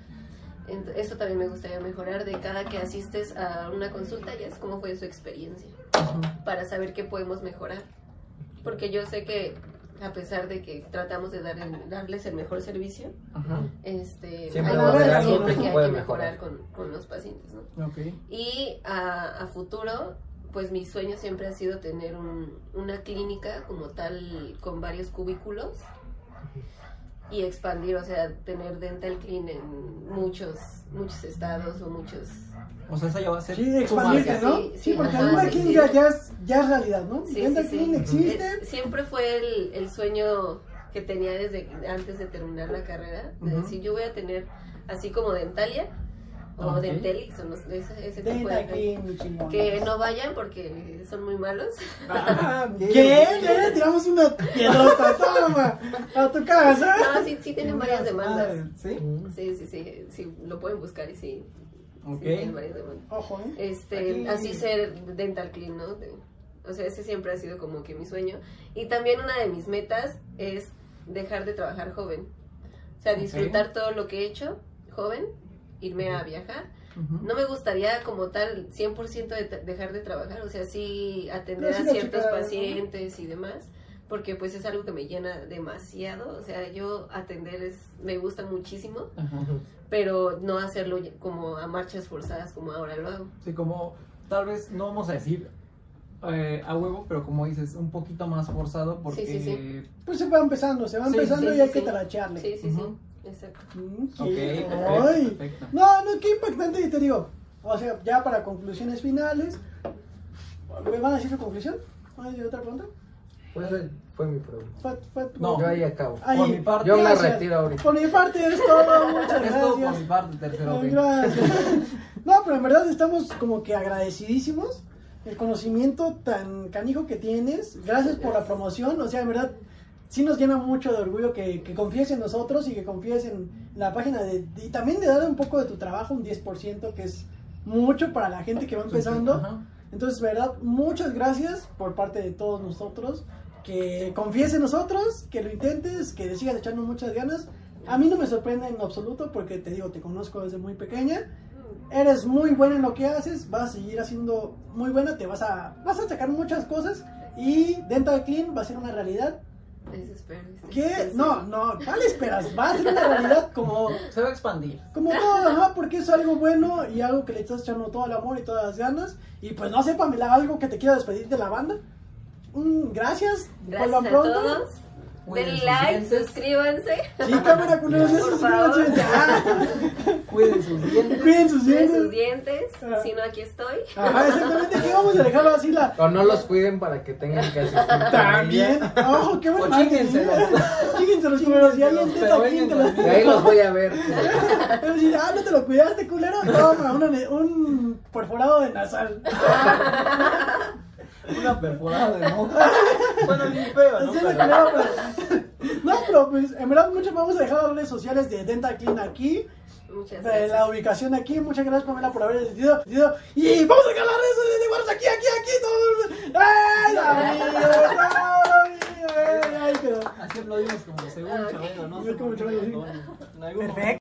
Sí.
Ent- Esto también me gustaría mejorar de cada que asistes a una consulta, ya es cómo fue su experiencia
Ujú.
para saber qué podemos mejorar. Porque yo sé que a pesar de que tratamos de dar el- darles el mejor servicio,
Ajá.
este,
Siempre
hay
va a haber
cosas
algo
siempre
que
que
se
hay
puede
que mejorar con, con los pacientes. ¿no?
Ok.
Y a, a futuro, pues mi sueño siempre ha sido tener un- una clínica como tal con varios cubículos y expandir, o sea, tener dental clean en muchos, muchos estados o muchos...
O sea, esa ya va a ser.
Sí,
tu
expandirte,
marca.
¿no?
Sí,
Sí,
sí,
porque
ajá,
Luna
sí,
King
sí.
Ya, ya, es, ya es realidad, ¿no?
Sí,
Luna
sí, sí.
King existe.
Eh, siempre fue el, el sueño que tenía desde antes de terminar la carrera, de
Ujú.
decir yo voy a tener así como Dentalia o
Ok.
Dentelix o no sé, ese, ese tipo
Luna
de...
King, chingón.
Que no vayan porque son muy malos.
Ah, ¿Qué? ¿Qué? Tiramos una piedrota, toma, a tu casa.
No, sí, sí tienen varias demandas.
Ah, Sí.
Sí, sí, sí, sí, lo pueden buscar y sí, sí
Ok.
tienen varias demandas.
Ojo, ¿eh?
Este,
Aquí-
así ser dental clean, ¿no? De- o sea, ese siempre ha sido como que mi sueño. Y también una de mis metas es dejar de trabajar joven. O sea,
Ok.
disfrutar todo lo que he hecho joven, irme a viajar.
Ujú.
No me gustaría como tal 100% de tra- dejar de trabajar, o sea, sí atender
Pero sí
a
lo
ciertos
checarás, ¿no?
pacientes y demás, porque pues es algo que me llena demasiado. O sea, yo atender es, me gusta muchísimo,
Ajá.
pero no hacerlo como a marchas forzadas como ahora lo hago.
Sí, como tal vez no vamos a decir eh, a huevo, pero como dices, un poquito más forzado porque.
Sí, sí,
Pues se va empezando, se va
Sí,
empezando
sí,
y hay
sí,
que
sí.
tracharle.
Sí, sí,
Ujú.
sí, exacto.
Mm, sí.
Ok, perfecto,
Ay.
perfecto.
No, no, qué impactante, y te digo. O sea, ya para conclusiones finales. ¿Me van a decir su conclusión? ¿Van a decir otra pregunta?
Pues eh, fue mi pregunta.
Fue- fue-
No.
Yo ahí acabo.
Ahí.
Por mi parte-
Yo me
Gracias.
retiro ahorita.
Por mi parte es todo, muchas
Es todo por mi
gracias.
parte, tercero. B.
Gracias. No, pero en verdad estamos como que agradecidísimos. El conocimiento tan canijo que tienes. Gracias por la promoción. O sea, en verdad, sí nos llena mucho de orgullo que, que confíes en nosotros y que confíes en la página. De, y también de dar un poco de tu trabajo, un 10%, que es mucho para la gente que va empezando.
Pues Ajá.
Entonces, verdad, muchas gracias por parte de todos nosotros. Que confíes en nosotros, que lo intentes, que le sigas echando muchas ganas. A mí no me sorprende en absoluto porque te digo, te conozco desde muy pequeña. Eres muy buena en lo que haces, vas a seguir haciendo muy buena, te vas a, vas a sacar muchas cosas y Dental Clean va a ser una realidad
Eso espero.
que, no, no, ¿cuál esperas? Va a ser una realidad como
Se va a expandir.
como todo, ajá, porque es algo bueno y algo que le estás echando todo el amor y todas las ganas. Y pues no sé, Pamela, algo que te quiera despedir de la banda. Mm, gracias,
Gracias
vuelvan
a todos.
Cuiden
Denle
sus
like,
dientes.
suscríbanse.
Sí, cámara, culeros, ya
Por
suscríbanse.
Cuiden sus dientes.
Ah, Cuiden sus
Cuiden sus
dientes.
dientes.
Ah.
Si no, aquí estoy.
Ajá, exactamente, aquí vamos a dejarlo así la...
O no los cuiden para que tengan que asistir. con
También,
ella.
ojo, qué
O
buen
chíquenselos.
Chíquense los culeros, y ahí en
Chíquenselos,
Teta
pero
King te
vengan
los
Y ahí los voy a ver.
Es decir, ah, no te lo cuidaste, culero. Toma, una ne- un perforado de nasal.
Una perforada de moja. Bueno, ni feo, ¿no?
Sí, me
Pero-
creo, pero- No, pero pues en verdad mucho vamos a dejar las redes sociales de Dental Clean aquí,
Muchas
de
gracias.
la ubicación aquí. Muchas gracias Pamela por haber asistido. asistido. Y vamos a dejar las redes sociales de Guards aquí, aquí, aquí. Todo. ¡Ay, David! ¡Ay, David! ¡Ay, quedó!
Así aplaudimos como según
Ah, ok.
Chabelo, ¿no?
Yo como Chabelo, sí.
En algún momento.